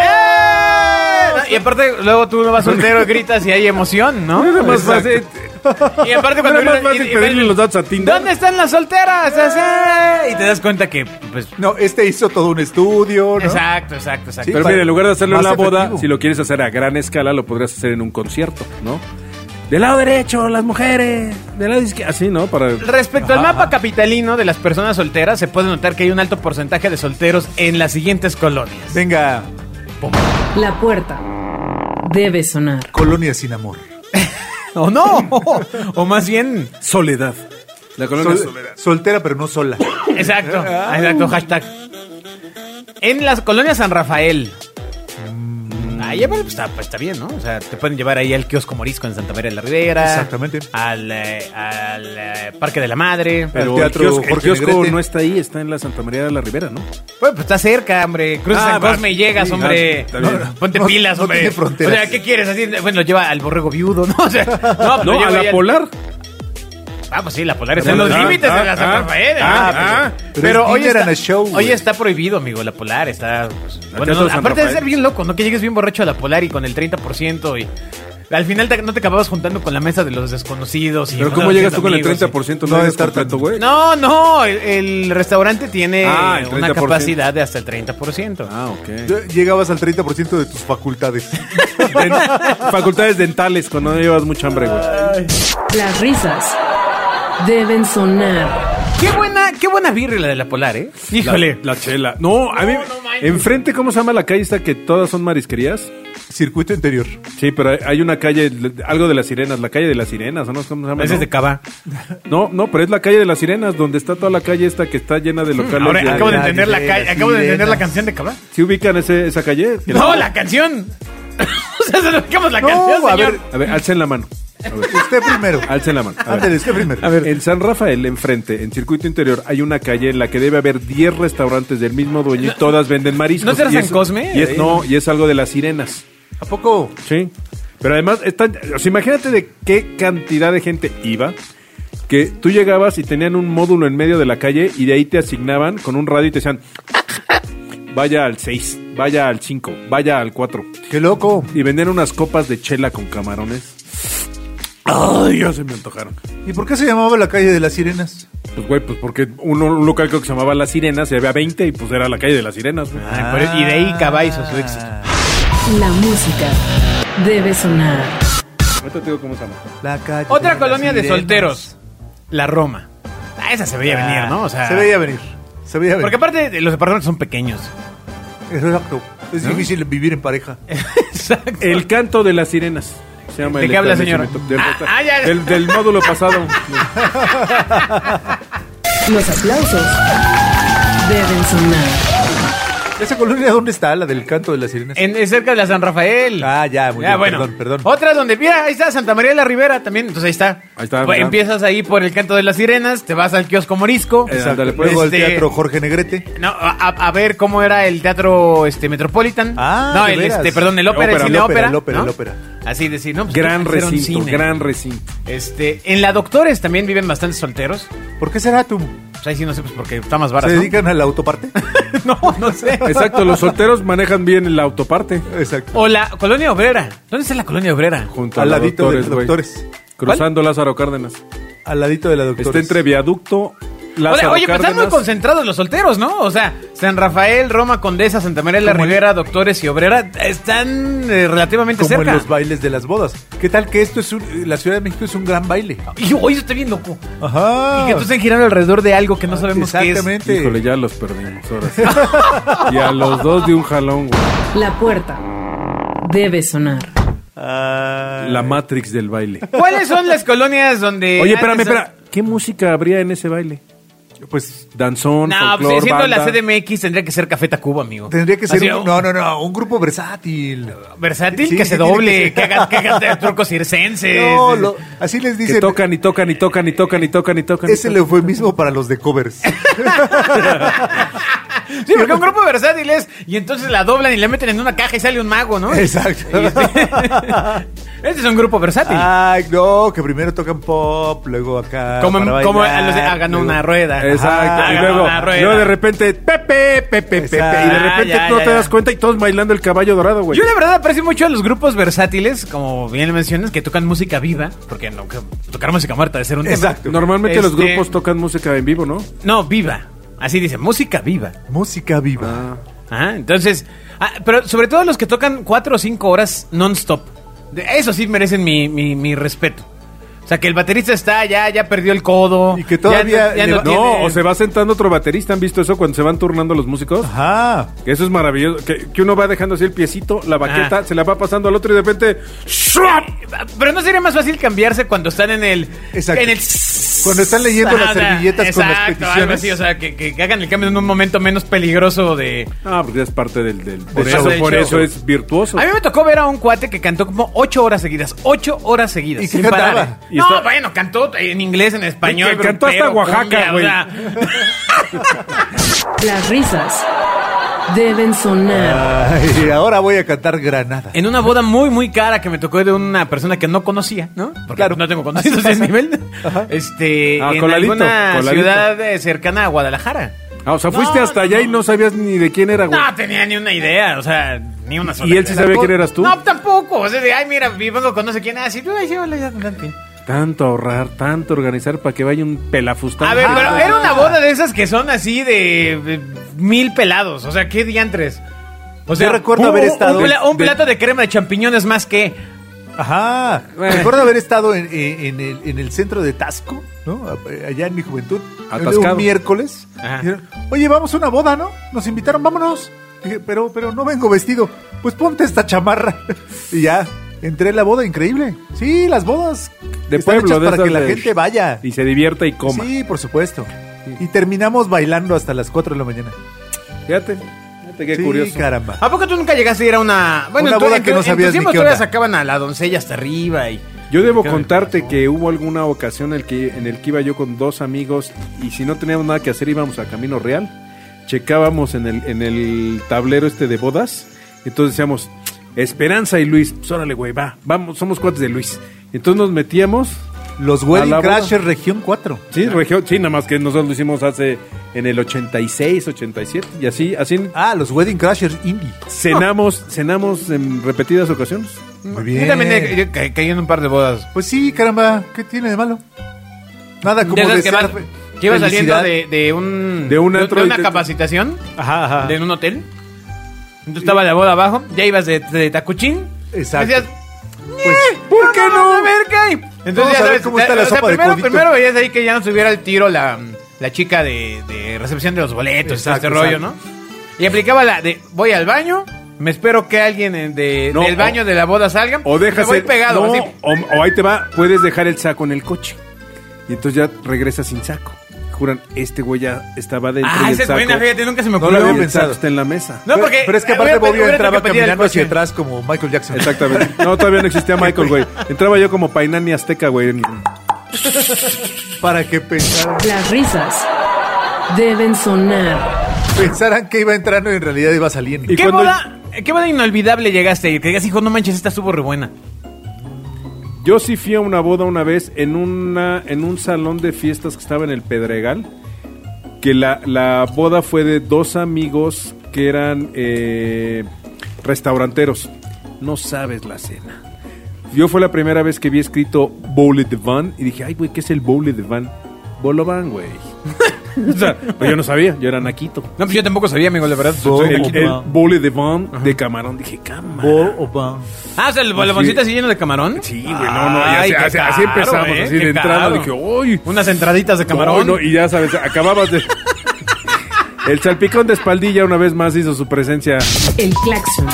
[SPEAKER 2] Ah, Y aparte, luego tú no vas soltero, gritas y hay emoción, ¿no?
[SPEAKER 4] Era más fácil,
[SPEAKER 2] Y aparte [laughs] cuando
[SPEAKER 4] era más
[SPEAKER 2] gritas- y-
[SPEAKER 4] fácil
[SPEAKER 2] y-
[SPEAKER 4] pedirle los datos a Tinder.
[SPEAKER 2] ¿Dónde están las solteras? Ah, sí. Y te das cuenta que, pues...
[SPEAKER 3] No, este hizo todo un estudio, ¿no?
[SPEAKER 2] Exacto, exacto, exacto.
[SPEAKER 4] Pero
[SPEAKER 3] para-
[SPEAKER 4] mira, en lugar de hacerlo en
[SPEAKER 3] más
[SPEAKER 4] la boda,
[SPEAKER 3] efectivo.
[SPEAKER 4] si lo quieres hacer a gran escala, lo podrías hacer en un concierto, ¿no? Del lado derecho, las mujeres. Del lado izquierdo. Así, ¿no? Para.
[SPEAKER 2] Respecto al mapa capitalino de las personas solteras, se puede notar que hay un alto porcentaje de solteros en las siguientes colonias.
[SPEAKER 3] Venga,
[SPEAKER 1] La puerta debe sonar.
[SPEAKER 3] colonia sin amor.
[SPEAKER 2] ¿O no? [laughs] o más bien...
[SPEAKER 4] Soledad. La colonia
[SPEAKER 3] Sol-
[SPEAKER 4] Soledad.
[SPEAKER 3] soltera, pero no sola.
[SPEAKER 2] Exacto, exacto, hashtag. En las colonias San Rafael. Ahí bueno, pues, está, pues, está bien, ¿no? O sea, te pueden llevar ahí al kiosco morisco en Santa María de la Ribera.
[SPEAKER 3] Exactamente.
[SPEAKER 2] Al, eh, al, eh, Parque de la Madre. Pues,
[SPEAKER 4] Pero
[SPEAKER 3] Al teatro
[SPEAKER 4] el kiosco, el
[SPEAKER 3] Jorge
[SPEAKER 4] kiosco
[SPEAKER 3] Negrete.
[SPEAKER 4] no está ahí, está en la Santa María de la Ribera, ¿no?
[SPEAKER 2] pues, está cerca, hombre. Cruza
[SPEAKER 4] Ah,
[SPEAKER 2] San
[SPEAKER 4] va,
[SPEAKER 2] Cosme y llegas,
[SPEAKER 4] sí, ah,
[SPEAKER 2] hombre.
[SPEAKER 4] está bien.
[SPEAKER 2] No, [laughs] Ponte
[SPEAKER 3] No-
[SPEAKER 2] pilas,
[SPEAKER 3] no
[SPEAKER 2] hombre.
[SPEAKER 3] tiene fronteras.
[SPEAKER 2] O sea, ¿qué quieres? Así, bueno, lleva al borrego viudo, ¿no? [laughs] O sea, no, pues, lo
[SPEAKER 4] No,
[SPEAKER 2] lleva
[SPEAKER 4] a
[SPEAKER 2] ahí
[SPEAKER 4] la
[SPEAKER 2] al-
[SPEAKER 4] Polar.
[SPEAKER 2] Ah, pues sí, la polar está en los
[SPEAKER 4] Polar.
[SPEAKER 2] límites de la
[SPEAKER 4] Ah,
[SPEAKER 2] San
[SPEAKER 4] ah,
[SPEAKER 2] Rafael.
[SPEAKER 4] ah,
[SPEAKER 2] Ah,
[SPEAKER 4] ah,
[SPEAKER 2] pero
[SPEAKER 3] pero
[SPEAKER 2] pero
[SPEAKER 3] es
[SPEAKER 2] hoy,
[SPEAKER 3] dinner and
[SPEAKER 2] está,
[SPEAKER 3] a show,
[SPEAKER 2] hoy
[SPEAKER 3] güey.
[SPEAKER 2] está prohibido, amigo, la polar. Está. pues, bueno,
[SPEAKER 4] Teatro
[SPEAKER 2] no,
[SPEAKER 4] San
[SPEAKER 2] aparte de
[SPEAKER 4] Rafael.
[SPEAKER 2] ser bien loco, ¿no? Que llegues bien borracho a la polar y con el 30% y. Al final te- no te acababas juntando con la mesa de los desconocidos. Y
[SPEAKER 4] Pero
[SPEAKER 2] no
[SPEAKER 4] ¿cómo
[SPEAKER 2] haciendo
[SPEAKER 4] llegas tú con el
[SPEAKER 2] amigos,
[SPEAKER 4] 30%?
[SPEAKER 3] No
[SPEAKER 4] No
[SPEAKER 3] debe
[SPEAKER 4] debe
[SPEAKER 3] estar
[SPEAKER 4] estar tanto,
[SPEAKER 3] tan-
[SPEAKER 2] y-
[SPEAKER 4] güey.
[SPEAKER 2] No, no, el, el restaurante tiene
[SPEAKER 4] Ah, el
[SPEAKER 2] una
[SPEAKER 4] 30%.
[SPEAKER 2] capacidad de hasta el 30%.
[SPEAKER 4] Ah, ok.
[SPEAKER 3] Llegabas al 30% de tus
[SPEAKER 2] [laughs]
[SPEAKER 3] facultades.
[SPEAKER 4] Den- facultades dentales cuando no llevas mucha hambre, güey.
[SPEAKER 2] Ah.
[SPEAKER 1] Las risas deben sonar.
[SPEAKER 2] Qué buena, qué buena birria la de la polar, ¿eh? Híjole.
[SPEAKER 4] La, la chela. No, a mí.
[SPEAKER 2] no manches.
[SPEAKER 4] enfrente, ¿cómo se llama la calle esta que todas son marisquerías?
[SPEAKER 3] Circuito interior.
[SPEAKER 4] Sí, pero hay- hay una calle, algo de las sirenas, la calle de las sirenas, ¿o ¿no? ¿Cómo se llama?
[SPEAKER 2] Ese es de cava.
[SPEAKER 4] No, no, pero es la calle de las sirenas, donde está toda la calle esta que está llena de locales.
[SPEAKER 2] Hmm. Ahora
[SPEAKER 4] de-
[SPEAKER 2] acabo de
[SPEAKER 3] la-
[SPEAKER 2] entender la,
[SPEAKER 3] de
[SPEAKER 2] calle-
[SPEAKER 3] las
[SPEAKER 2] acabo de entender la
[SPEAKER 3] sirenas.
[SPEAKER 2] canción de cava.
[SPEAKER 4] ¿Sí ubican ese- esa calle?
[SPEAKER 2] No, la canción. [laughs] o sea, se lo dejamos la
[SPEAKER 3] No,
[SPEAKER 2] canción,
[SPEAKER 3] a
[SPEAKER 2] señor.
[SPEAKER 3] ver.
[SPEAKER 4] A ver, alcen la mano.
[SPEAKER 3] Usted primero.
[SPEAKER 4] Alce la mano. A ver.
[SPEAKER 3] Ándale, usted primero.
[SPEAKER 4] A ver, en San Rafael, enfrente, en circuito interior, hay una calle en la que debe haber 10 restaurantes del mismo dueño y todas venden mariscos.
[SPEAKER 2] ¿No será
[SPEAKER 4] Y
[SPEAKER 2] San
[SPEAKER 4] es-
[SPEAKER 2] Cosme?
[SPEAKER 4] y es-
[SPEAKER 2] Ahí.
[SPEAKER 4] no, y es algo de las sirenas.
[SPEAKER 3] ¿A poco?
[SPEAKER 4] Sí. Pero además, están, o sea, imagínate de qué cantidad de gente iba. Que tú llegabas y tenían un módulo en medio de la calle y de ahí te asignaban con un radio y te decían, vaya al 6, vaya al 5, vaya al 4.
[SPEAKER 3] ¡Qué loco!
[SPEAKER 4] Y vendían unas copas de chela con camarones. Ay, ya se me antojaron.
[SPEAKER 3] ¿Y por qué se llamaba la calle de las sirenas?
[SPEAKER 4] Pues, güey, pues porque un, un local creo que se llamaba Las Sirenas, y había 20 y pues era la calle de las Sirenas. güey.
[SPEAKER 2] Ah, por- y de ahí Cabaizo, su éxito.
[SPEAKER 1] La música debe sonar.
[SPEAKER 4] Ahorita te digo cómo se llama.
[SPEAKER 3] La calle
[SPEAKER 2] Otra
[SPEAKER 3] las
[SPEAKER 2] colonia de
[SPEAKER 3] sirenas.
[SPEAKER 2] solteros. La Roma. Ah, esa se veía
[SPEAKER 3] Ah,
[SPEAKER 2] venir, ¿no? O sea,
[SPEAKER 3] se veía venir. Se veía venir.
[SPEAKER 2] Porque aparte de- los departamentos son pequeños.
[SPEAKER 3] Exacto. Es difícil vivir en pareja.
[SPEAKER 2] [laughs] Exacto.
[SPEAKER 4] El canto de las sirenas. Se llama
[SPEAKER 2] ¿De
[SPEAKER 4] el
[SPEAKER 2] qué habla,
[SPEAKER 4] establecimiento.
[SPEAKER 2] señora?
[SPEAKER 4] Del,
[SPEAKER 2] Ah, ah, ya, ya.
[SPEAKER 4] del- del
[SPEAKER 2] [laughs]
[SPEAKER 4] módulo pasado.
[SPEAKER 1] Los aplausos deben sonar.
[SPEAKER 3] ¿Esa colonia dónde está? La del canto de las sirenas.
[SPEAKER 2] En, es cerca de la San Rafael.
[SPEAKER 3] Ah, ya, muy
[SPEAKER 2] Ah,
[SPEAKER 3] bien.
[SPEAKER 2] bueno.
[SPEAKER 3] Perdón, perdón.
[SPEAKER 2] Otra donde, mira, ahí está Santa María de la Ribera también. Entonces ahí está.
[SPEAKER 4] Ahí está,
[SPEAKER 2] Pues,
[SPEAKER 4] mira.
[SPEAKER 2] empiezas ahí por el canto de las sirenas, te vas al kiosco morisco.
[SPEAKER 4] Eh, ándale, pues.
[SPEAKER 3] Luego al
[SPEAKER 2] Este,
[SPEAKER 3] teatro Jorge Negrete.
[SPEAKER 2] No, a, a- a ver cómo era el teatro este Metropolitan.
[SPEAKER 3] Ah,
[SPEAKER 2] no,
[SPEAKER 3] de
[SPEAKER 2] el
[SPEAKER 3] veras.
[SPEAKER 2] este, perdón, el ópera,
[SPEAKER 4] Ópera,
[SPEAKER 2] el cine
[SPEAKER 3] el
[SPEAKER 2] ópera,
[SPEAKER 3] ópera, el ópera,
[SPEAKER 2] ¿no?
[SPEAKER 3] el ópera.
[SPEAKER 2] Así decir, no, pues,
[SPEAKER 4] gran
[SPEAKER 2] ¿qué hicieron
[SPEAKER 4] recinto,
[SPEAKER 2] cine?
[SPEAKER 4] gran recinto.
[SPEAKER 2] Este, en la Doctores también viven bastantes solteros.
[SPEAKER 3] ¿Por qué será tú?
[SPEAKER 2] Pues ahí sí no sé, pues porque está más
[SPEAKER 3] ¿Se
[SPEAKER 2] barato.
[SPEAKER 3] dedican a la autoparte?
[SPEAKER 2] [laughs] no, no sé.
[SPEAKER 4] Exacto, los solteros manejan bien la autoparte.
[SPEAKER 3] [laughs] Exacto.
[SPEAKER 2] O la Colonia Obrera. ¿Dónde está la Colonia Obrera?
[SPEAKER 4] Junto
[SPEAKER 3] Al
[SPEAKER 4] a la
[SPEAKER 3] ladito
[SPEAKER 4] doctores,
[SPEAKER 3] de
[SPEAKER 4] güey.
[SPEAKER 3] doctores.
[SPEAKER 4] Cruzando Lázaro Cárdenas.
[SPEAKER 3] Al ladito de la
[SPEAKER 4] Está
[SPEAKER 3] doctora.
[SPEAKER 4] entre viaducto,
[SPEAKER 2] Oye,
[SPEAKER 4] Lázaro
[SPEAKER 2] oye, pues, pero
[SPEAKER 4] Cárdenas.
[SPEAKER 2] están muy concentrados los solteros, ¿no? O sea, San Rafael, Roma, Condesa, Santa María de la
[SPEAKER 3] Como en-
[SPEAKER 2] Rivera, Doctores y Obrera están eh, relativamente
[SPEAKER 3] como en
[SPEAKER 2] cerca.
[SPEAKER 3] los bailes de las bodas. ¿Qué tal que esto es un, la Ciudad de México es un gran baile?
[SPEAKER 2] Y hoy está bien loco.
[SPEAKER 3] Ajá.
[SPEAKER 2] Y que tú estén girando alrededor de algo que no sabemos qué es.
[SPEAKER 3] Ah, Exactamente.
[SPEAKER 4] Híjole, ya los perdimos. Ahora sí. y a los dos de un
[SPEAKER 2] [laughs]
[SPEAKER 4] jalón, güey.
[SPEAKER 1] La puerta debe sonar.
[SPEAKER 3] Ah.
[SPEAKER 4] La Matrix del baile.
[SPEAKER 2] ¿Cuáles son las colonias donde.
[SPEAKER 4] Oye, espérame,
[SPEAKER 2] Eh, antes-
[SPEAKER 4] espera. ¿Qué música habría en ese baile?
[SPEAKER 3] pues
[SPEAKER 4] Danzón,
[SPEAKER 2] No, pues
[SPEAKER 4] folclor,
[SPEAKER 2] siendo la
[SPEAKER 4] banda.
[SPEAKER 2] CDMX tendría que ser Café Tacuba, amigo.
[SPEAKER 3] tendría que ser
[SPEAKER 2] Así, oh,
[SPEAKER 3] un, no, no, no, un grupo versátil.
[SPEAKER 2] Versátil,
[SPEAKER 3] Sí,
[SPEAKER 2] que
[SPEAKER 3] sí,
[SPEAKER 2] se
[SPEAKER 3] tiene
[SPEAKER 2] doble, que,
[SPEAKER 3] que ser.
[SPEAKER 2] haga, que haga de trucos circenses.
[SPEAKER 3] No, lo- así les
[SPEAKER 4] Que
[SPEAKER 3] dicen.
[SPEAKER 4] tocan y tocan y tocan y tocan y tocan y tocan. y
[SPEAKER 3] Es el
[SPEAKER 4] tocan.
[SPEAKER 3] eufemismo para los de [laughs] covers.
[SPEAKER 2] Sí, porque un grupo versátil es. Y entonces la doblan y la meten en una caja y sale un mago, ¿no?
[SPEAKER 3] Exacto.
[SPEAKER 2] [laughs]
[SPEAKER 3] Ah,
[SPEAKER 2] Este es un grupo versátil.
[SPEAKER 3] Ay, no, que primero tocan pop, luego acá.
[SPEAKER 2] como
[SPEAKER 3] para
[SPEAKER 2] como
[SPEAKER 3] bailar,
[SPEAKER 2] a los de hagan
[SPEAKER 3] luego-
[SPEAKER 2] una rueda.
[SPEAKER 4] Exacto.
[SPEAKER 2] Ajá,
[SPEAKER 4] y
[SPEAKER 2] hagan
[SPEAKER 4] luego,
[SPEAKER 2] una rueda.
[SPEAKER 4] y luego de repente, Pepe, Pepe, Pepe. Y de
[SPEAKER 2] Exacto.
[SPEAKER 4] repente
[SPEAKER 2] Ah, ya,
[SPEAKER 4] no
[SPEAKER 2] ya,
[SPEAKER 4] te
[SPEAKER 2] ya.
[SPEAKER 4] das cuenta y todos bailando el caballo dorado, güey.
[SPEAKER 2] Yo la verdad aprecio mucho a los grupos versátiles, como bien mencionas, que tocan música viva, porque no, que tocar música muerta debe ser un tema.
[SPEAKER 3] Exacto.
[SPEAKER 4] Normalmente los
[SPEAKER 2] Este-
[SPEAKER 4] grupos tocan música en vivo, ¿no?
[SPEAKER 2] No, viva. Así dice, música viva.
[SPEAKER 3] Música viva.
[SPEAKER 2] Ah, entonces, ah, pero sobre todo los que tocan cuatro o cinco horas non-stop. De- Eso sí merecen mi, mi- mi respeto. O sea, que el baterista está ya, ya perdió el codo.
[SPEAKER 3] Y que todavía
[SPEAKER 2] ya no- ya
[SPEAKER 3] le
[SPEAKER 2] no
[SPEAKER 3] va-
[SPEAKER 4] No,
[SPEAKER 2] tiene-
[SPEAKER 4] o se va sentando otro baterista. ¿Han visto eso cuando se van turnando los músicos?
[SPEAKER 3] Ajá.
[SPEAKER 4] Que eso es maravilloso. Que, que uno va dejando así el piecito, la baqueta,
[SPEAKER 2] Ajá.
[SPEAKER 4] se la va pasando al otro y de repente. ¡shua!
[SPEAKER 2] Pero no sería más fácil cambiarse cuando están en el.
[SPEAKER 3] Exacto.
[SPEAKER 2] en el-
[SPEAKER 3] Cuando están leyendo las
[SPEAKER 2] Ah, o sea,
[SPEAKER 3] servilletas con las
[SPEAKER 2] exacto,
[SPEAKER 3] peticiones.
[SPEAKER 2] algo así, o sea, que, que hagan el cambio en un momento menos peligroso de.
[SPEAKER 4] Ah, porque es parte del. del- por
[SPEAKER 2] eso,
[SPEAKER 4] eso,
[SPEAKER 2] del
[SPEAKER 4] por
[SPEAKER 2] show.
[SPEAKER 4] eso es virtuoso.
[SPEAKER 2] A mí me tocó ver a un cuate que cantó como ocho horas seguidas. Ocho horas seguidas.
[SPEAKER 3] ¿Y qué
[SPEAKER 2] sin parar,
[SPEAKER 3] cantaba?
[SPEAKER 2] ¿eh?
[SPEAKER 4] Y
[SPEAKER 2] No,
[SPEAKER 4] está-
[SPEAKER 2] bueno, cantó en inglés, en español.
[SPEAKER 4] Que cantó hasta
[SPEAKER 2] grupero,
[SPEAKER 4] Oaxaca,
[SPEAKER 2] cumbia, o
[SPEAKER 4] güey.
[SPEAKER 2] sea,
[SPEAKER 3] [laughs]
[SPEAKER 1] Las risas deben sonar.
[SPEAKER 3] Ay, ahora voy a cantar Granada.
[SPEAKER 2] En una boda muy, muy cara que me tocó de una persona que no conocía, ¿no? Porque
[SPEAKER 3] Claro.
[SPEAKER 2] no tengo conocidos de ese nivel.
[SPEAKER 3] Ajá.
[SPEAKER 2] Este,
[SPEAKER 4] Ah,
[SPEAKER 2] en
[SPEAKER 4] coladito,
[SPEAKER 2] alguna
[SPEAKER 4] coladito.
[SPEAKER 2] ciudad eh, cercana a Guadalajara.
[SPEAKER 4] Ah, o sea,
[SPEAKER 2] No,
[SPEAKER 4] fuiste hasta
[SPEAKER 2] no,
[SPEAKER 4] allá y
[SPEAKER 2] no.
[SPEAKER 4] no sabías ni de quién era, güey.
[SPEAKER 2] No tenía ni una idea, o sea, ni una sola
[SPEAKER 4] y él sí
[SPEAKER 2] idea.
[SPEAKER 4] sabía quién eras tú.
[SPEAKER 2] No, tampoco. O sea, de, ay, mira, vi- vengo con no sé quién. Ah, sí, tú, ay, sí, hola, ya, en fin.
[SPEAKER 4] Tanto ahorrar, tanto organizar para que vaya un pelafustán.
[SPEAKER 2] A ver,
[SPEAKER 4] Ah,
[SPEAKER 2] pero eh, era una boda de esas que son así de, de mil pelados. O sea, qué diantres. O sea,
[SPEAKER 3] Yo recuerdo haber estado
[SPEAKER 2] Un, pla- un
[SPEAKER 4] de-
[SPEAKER 2] plato de crema de champiñones más que.
[SPEAKER 3] Ajá. Recuerdo haber estado en, en- en el, en el centro de Tasco, ¿no? Allá en mi juventud.
[SPEAKER 4] Atascado.
[SPEAKER 3] Un miércoles.
[SPEAKER 2] Ajá.
[SPEAKER 3] Dijeron, Oye, vamos a una boda, ¿no? Nos invitaron, vámonos. Dije, pero, pero no vengo vestido. Pues ponte esta chamarra. [laughs] Y ya, entré en la boda, increíble. Sí, las bodas.
[SPEAKER 4] de
[SPEAKER 3] están
[SPEAKER 4] pueblo,
[SPEAKER 3] hechas
[SPEAKER 4] de
[SPEAKER 3] Para
[SPEAKER 4] esas
[SPEAKER 3] que la
[SPEAKER 4] de-
[SPEAKER 3] gente vaya.
[SPEAKER 4] Y se divierta y coma.
[SPEAKER 3] Sí, por supuesto. Y terminamos bailando hasta las 4 de la mañana.
[SPEAKER 4] Fíjate, fíjate qué
[SPEAKER 3] sí,
[SPEAKER 4] curioso.
[SPEAKER 3] caramba.
[SPEAKER 2] ¿A poco tú nunca llegaste a ir a una. Bueno,
[SPEAKER 3] Una
[SPEAKER 2] en tu-
[SPEAKER 3] boda
[SPEAKER 2] en
[SPEAKER 3] que
[SPEAKER 2] tu-
[SPEAKER 3] no
[SPEAKER 2] en
[SPEAKER 3] sabías
[SPEAKER 2] tus
[SPEAKER 3] ni
[SPEAKER 2] tiempos
[SPEAKER 3] qué
[SPEAKER 2] todavía
[SPEAKER 3] onda.
[SPEAKER 2] sacaban a la doncella hasta arriba y.
[SPEAKER 4] Yo debo contarte que hubo alguna ocasión en el, que, en el que iba yo con dos amigos y si no teníamos nada que hacer íbamos a Camino Real, checábamos en el, en el tablero este de bodas, entonces decíamos, Esperanza y Luis, pues órale güey, va, vamos, somos cuates de Luis. Entonces nos metíamos,
[SPEAKER 3] Los
[SPEAKER 4] A
[SPEAKER 3] Wedding
[SPEAKER 4] la boda.
[SPEAKER 3] Crashers Región 4.
[SPEAKER 4] sí, región, sí, nada más que nosotros lo hicimos hace en el 86, 87 y así, así
[SPEAKER 3] Ah, los Wedding Crashers Indie.
[SPEAKER 4] cenamos, cenamos en repetidas ocasiones.
[SPEAKER 3] Muy
[SPEAKER 2] Yo también he- yo ca- caí en un par de bodas.
[SPEAKER 3] eh, Pues sí, caramba, ¿qué tiene de malo? Nada como
[SPEAKER 2] De esas que,
[SPEAKER 3] desear
[SPEAKER 2] vas-
[SPEAKER 3] fe-
[SPEAKER 2] que ibas
[SPEAKER 3] felicidad.
[SPEAKER 2] saliendo de, de un,
[SPEAKER 4] De un antro y
[SPEAKER 2] una
[SPEAKER 4] te-
[SPEAKER 2] capacitación
[SPEAKER 3] Ajá, ajá.
[SPEAKER 2] de un hotel. Entonces estaba la boda abajo, ya ibas de, de tacuchín.
[SPEAKER 3] Exacto.
[SPEAKER 2] Decías,
[SPEAKER 3] Pues,
[SPEAKER 2] ¿por qué no? A ver qué hay. Entonces
[SPEAKER 3] Vamos
[SPEAKER 2] ya
[SPEAKER 3] a ver
[SPEAKER 2] sabes
[SPEAKER 3] cómo está la
[SPEAKER 2] o sea,
[SPEAKER 3] sopa de
[SPEAKER 2] primero,
[SPEAKER 3] codito.
[SPEAKER 2] primero veías ahí que ya no subiera el tiro la, la chica de, de recepción de los boletos, todo
[SPEAKER 3] Exacto,
[SPEAKER 2] este rollo, ¿no?
[SPEAKER 3] exacto.
[SPEAKER 2] Y aplicaba la de voy al baño, me espero que alguien en de,
[SPEAKER 4] No,
[SPEAKER 2] del baño
[SPEAKER 4] o-
[SPEAKER 2] de la boda salga.
[SPEAKER 4] O
[SPEAKER 2] me
[SPEAKER 4] dejas
[SPEAKER 2] voy
[SPEAKER 4] el-
[SPEAKER 2] pegado.
[SPEAKER 4] no,
[SPEAKER 2] así.
[SPEAKER 4] o, o ahí te va, puedes dejar el saco en el coche. Y entonces ya regresas sin saco. Juran, este güey ya estaba dentro
[SPEAKER 2] Ah,
[SPEAKER 4] del
[SPEAKER 2] esa es
[SPEAKER 4] saco.
[SPEAKER 2] buena, fíjate, nunca se me
[SPEAKER 3] No
[SPEAKER 2] ocurrió.
[SPEAKER 3] lo
[SPEAKER 4] Y
[SPEAKER 3] había
[SPEAKER 4] el
[SPEAKER 3] pensado.
[SPEAKER 4] saco está en la mesa.
[SPEAKER 2] No, porque-
[SPEAKER 3] pero es que
[SPEAKER 2] eh,
[SPEAKER 3] aparte
[SPEAKER 2] hubiera-
[SPEAKER 3] Bobby
[SPEAKER 2] hubiera
[SPEAKER 3] entraba
[SPEAKER 2] tenido que pedir el
[SPEAKER 3] caminando hacia
[SPEAKER 2] coche.
[SPEAKER 3] atrás como Michael Jackson.
[SPEAKER 4] Exactamente. No, todavía no existía Michael, güey. Entraba yo como Painani Azteca, güey.
[SPEAKER 3] [laughs] Para que pensaran,
[SPEAKER 1] Las risas deben sonar.
[SPEAKER 3] pensaran que iba entrando y en realidad iba saliendo.
[SPEAKER 4] Y
[SPEAKER 2] ¿Qué,
[SPEAKER 4] cuando-
[SPEAKER 2] boda, ¿Qué boda inolvidable llegaste a ir? Que digas, hijo, no manches, esta estuvo re buena.
[SPEAKER 4] Yo sí fui a una boda una vez en, una, en un salón de fiestas que estaba en el Pedregal. Que la, la boda fue de dos amigos que eran eh, restauranteros. No sabes la cena. Yo fue la primera vez que vi escrito Bowlet de Van y dije, ay, güey, ¿qué es el Bowlet de Van? Bolovan, güey. [laughs] o sea, pues yo no sabía, yo era naquito.
[SPEAKER 2] No, pues yo tampoco sabía, amigo, la verdad.
[SPEAKER 3] Bo-
[SPEAKER 2] Soy
[SPEAKER 4] el,
[SPEAKER 2] naquito.
[SPEAKER 4] el Bowlet de Van de camarón. Dije, cámara.
[SPEAKER 2] Ah, o sea, el boloncito así lleno de camarón.
[SPEAKER 4] Oh, Sí, güey, no, no, ya
[SPEAKER 2] Ay,
[SPEAKER 4] se-
[SPEAKER 2] qué
[SPEAKER 4] así, así
[SPEAKER 2] caro,
[SPEAKER 4] empezamos,
[SPEAKER 2] eh,
[SPEAKER 4] así
[SPEAKER 2] qué
[SPEAKER 4] de entrada,
[SPEAKER 2] caro.
[SPEAKER 4] dije, uy,
[SPEAKER 2] Unas entraditas de camarón.
[SPEAKER 4] No, no, y ya sabes, acababas de... El salpicón de espaldilla una vez más hizo su presencia.
[SPEAKER 1] El claxon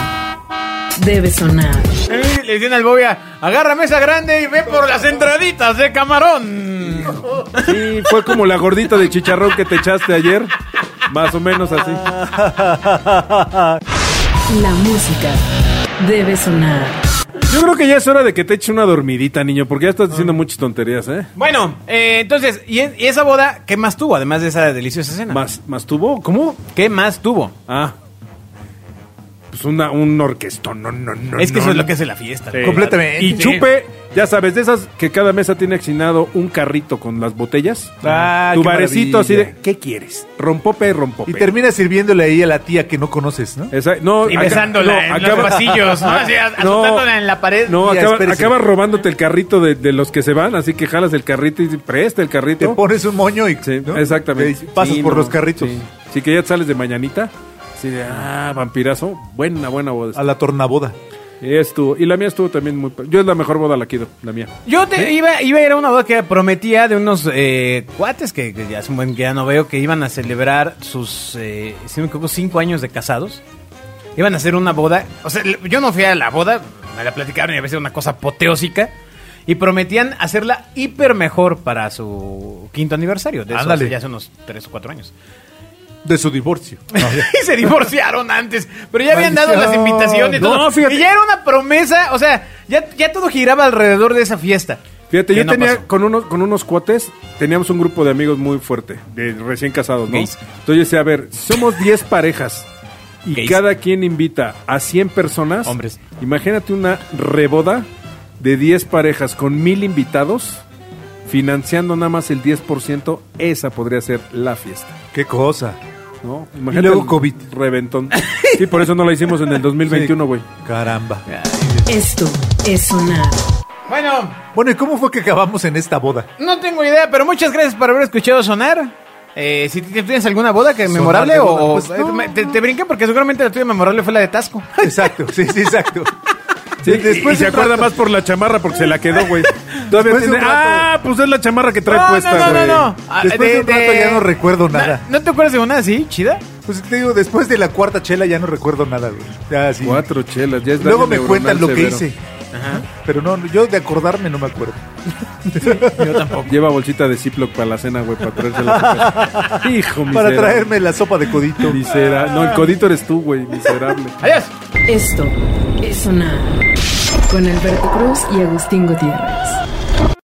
[SPEAKER 1] debe sonar.
[SPEAKER 2] Eh, Le dicen al Bobia, agárrame esa grande y ve por las entraditas de camarón.
[SPEAKER 4] Sí, fue como la gordita de chicharrón que te echaste ayer, más o menos así.
[SPEAKER 1] La música debe sonar.
[SPEAKER 4] Yo creo que ya es hora de que te eches una dormidita, niño, porque ya estás diciendo muchas tonterías, ¿eh?
[SPEAKER 2] Bueno, eh, entonces, ¿y, en- y esa boda qué más tuvo, además de esa deliciosa cena?
[SPEAKER 4] ¿Más, más tuvo? ¿Cómo?
[SPEAKER 2] ¿Qué más tuvo?
[SPEAKER 4] Ah, pues una, un orquestón, no, no, no.
[SPEAKER 2] es que
[SPEAKER 4] no,
[SPEAKER 2] eso es
[SPEAKER 4] no.
[SPEAKER 2] lo que hace la fiesta.
[SPEAKER 4] Sí.
[SPEAKER 3] Completamente.
[SPEAKER 4] Y chupe, ya sabes, de esas que cada mesa tiene asignado un carrito con las botellas.
[SPEAKER 3] Ah,
[SPEAKER 4] tu
[SPEAKER 3] qué
[SPEAKER 4] barecito así de,
[SPEAKER 3] maravilla.
[SPEAKER 4] ¿qué quieres? Rompope, rompope.
[SPEAKER 3] Y termina sirviéndole ahí a la tía que no conoces, ¿no?
[SPEAKER 4] Esa- no,
[SPEAKER 2] Y
[SPEAKER 4] acá-
[SPEAKER 2] besándola
[SPEAKER 4] no,
[SPEAKER 2] en
[SPEAKER 4] acaba-
[SPEAKER 2] los pasillos, ¿no? Así, a-
[SPEAKER 4] No,
[SPEAKER 2] azotándola en la pared.
[SPEAKER 4] [laughs] No,
[SPEAKER 3] Mira,
[SPEAKER 4] acaba-
[SPEAKER 3] espérese.
[SPEAKER 4] acabas robándote el carrito de, de los que se van, así que jalas el carrito y dices, presta el
[SPEAKER 3] Te
[SPEAKER 4] carrito.
[SPEAKER 3] pones un moño y
[SPEAKER 4] Sí,
[SPEAKER 3] ¿no?
[SPEAKER 4] exactamente.
[SPEAKER 3] Te pasas
[SPEAKER 4] Sí,
[SPEAKER 3] por
[SPEAKER 4] no,
[SPEAKER 3] los carritos.
[SPEAKER 4] Sí. Así que ya te sales de mañanita. Así de, ah, vampirazo. Buena, buena
[SPEAKER 3] A
[SPEAKER 4] boda.
[SPEAKER 3] la tornaboda.
[SPEAKER 4] Y estuvo- Y la mía estuvo también muy... pa- Yo es la mejor boda, la quiero, la mía.
[SPEAKER 2] Yo te iba, iba a ir a una boda que prometía de unos eh, cuates que, que ya hace un buen que ya no veo que iban a celebrar sus, eh, si no me equivoco, cinco años de casados. Iban a hacer una boda. O sea, le- yo no fui a la boda, me la platicaron y a veces una cosa apoteósica. Y prometían hacerla hiper mejor para su quinto aniversario. De eso
[SPEAKER 3] Ándale.
[SPEAKER 2] hace ya hace unos tres o cuatro años. [laughs]
[SPEAKER 3] De su
[SPEAKER 4] [laughs]
[SPEAKER 3] divorcio.
[SPEAKER 2] y se divorciaron antes. Pero ya habían dado las
[SPEAKER 3] Maldición.
[SPEAKER 2] invitaciones. y
[SPEAKER 4] No,
[SPEAKER 2] todo.
[SPEAKER 4] fíjate.
[SPEAKER 2] Y ya era una promesa. O sea, ya, ya todo giraba alrededor de esa fiesta.
[SPEAKER 4] Fíjate,
[SPEAKER 2] Que
[SPEAKER 4] yo
[SPEAKER 2] no
[SPEAKER 4] tenía
[SPEAKER 2] pasó.
[SPEAKER 4] con unos, con unos cuates, teníamos un grupo de amigos muy fuerte, de recién casados, ¿no?
[SPEAKER 2] Gays.
[SPEAKER 4] Entonces yo decía, a ver, somos 10 parejas y
[SPEAKER 2] Gays.
[SPEAKER 4] cada quien invita a 100 personas.
[SPEAKER 2] Hombres.
[SPEAKER 4] Imagínate una reboda de 10 parejas con mil invitados, financiando nada más el 10%, esa podría ser la fiesta.
[SPEAKER 3] Qué cosa.
[SPEAKER 4] ¿no?
[SPEAKER 3] Y luego
[SPEAKER 4] el
[SPEAKER 3] COVID.
[SPEAKER 4] Reventón. Sí, por eso no la
[SPEAKER 2] [laughs]
[SPEAKER 4] hicimos en el 2021, güey.
[SPEAKER 3] Caramba.
[SPEAKER 1] Esto es sonar.
[SPEAKER 2] Bueno,
[SPEAKER 3] Bueno, ¿y cómo fue que acabamos en esta
[SPEAKER 4] [laughs]
[SPEAKER 3] boda?
[SPEAKER 2] No tengo idea, pero muchas gracias por haber escuchado sonar. Eh, si t- tienes alguna boda que
[SPEAKER 3] Sonar
[SPEAKER 2] memorable
[SPEAKER 3] de
[SPEAKER 2] o-
[SPEAKER 3] boda,
[SPEAKER 2] o
[SPEAKER 3] pues, no.
[SPEAKER 2] eh, me- te, te brinqué porque seguramente la tuya memorable fue la de Tasco.
[SPEAKER 3] Exacto, sí, sí, exacto.
[SPEAKER 4] Sí,
[SPEAKER 3] De-
[SPEAKER 4] después se
[SPEAKER 3] de un
[SPEAKER 4] acuerda
[SPEAKER 3] rato-
[SPEAKER 4] más por la chamarra porque se la quedó, güey.
[SPEAKER 3] [laughs]
[SPEAKER 4] Todavía
[SPEAKER 3] Después de
[SPEAKER 4] tiene-
[SPEAKER 3] un rato.
[SPEAKER 4] Ah, pues es la chamarra que trae
[SPEAKER 2] No, no,
[SPEAKER 4] puesta,
[SPEAKER 2] no, no,
[SPEAKER 4] güey.
[SPEAKER 2] no. Ah,
[SPEAKER 3] Después de un rato ya no recuerdo nada.
[SPEAKER 2] ¿No, te acuerdas de una así, chida?
[SPEAKER 3] Pues te digo, después de la cuarta chela ya no recuerdo nada, güey. Ya, sí.
[SPEAKER 4] Cuatro chelas, ya es
[SPEAKER 3] Luego
[SPEAKER 4] daño
[SPEAKER 3] me
[SPEAKER 4] neuronal
[SPEAKER 3] cuentan lo que
[SPEAKER 4] severo.
[SPEAKER 3] hice. Pero no, yo de acordarme no me acuerdo.
[SPEAKER 2] Yo tampoco.
[SPEAKER 4] Lleva bolsita de Ziploc para la cena, güey, para traérsela.
[SPEAKER 3] [laughs]
[SPEAKER 4] Hijo, miserable.
[SPEAKER 3] Para traerme la sopa de codito.
[SPEAKER 4] Misera- No, el codito eres tú, güey, miserable.
[SPEAKER 2] Adiós.
[SPEAKER 1] Esto es sonar. Con Alberto Cruz y Agustín Gutiérrez.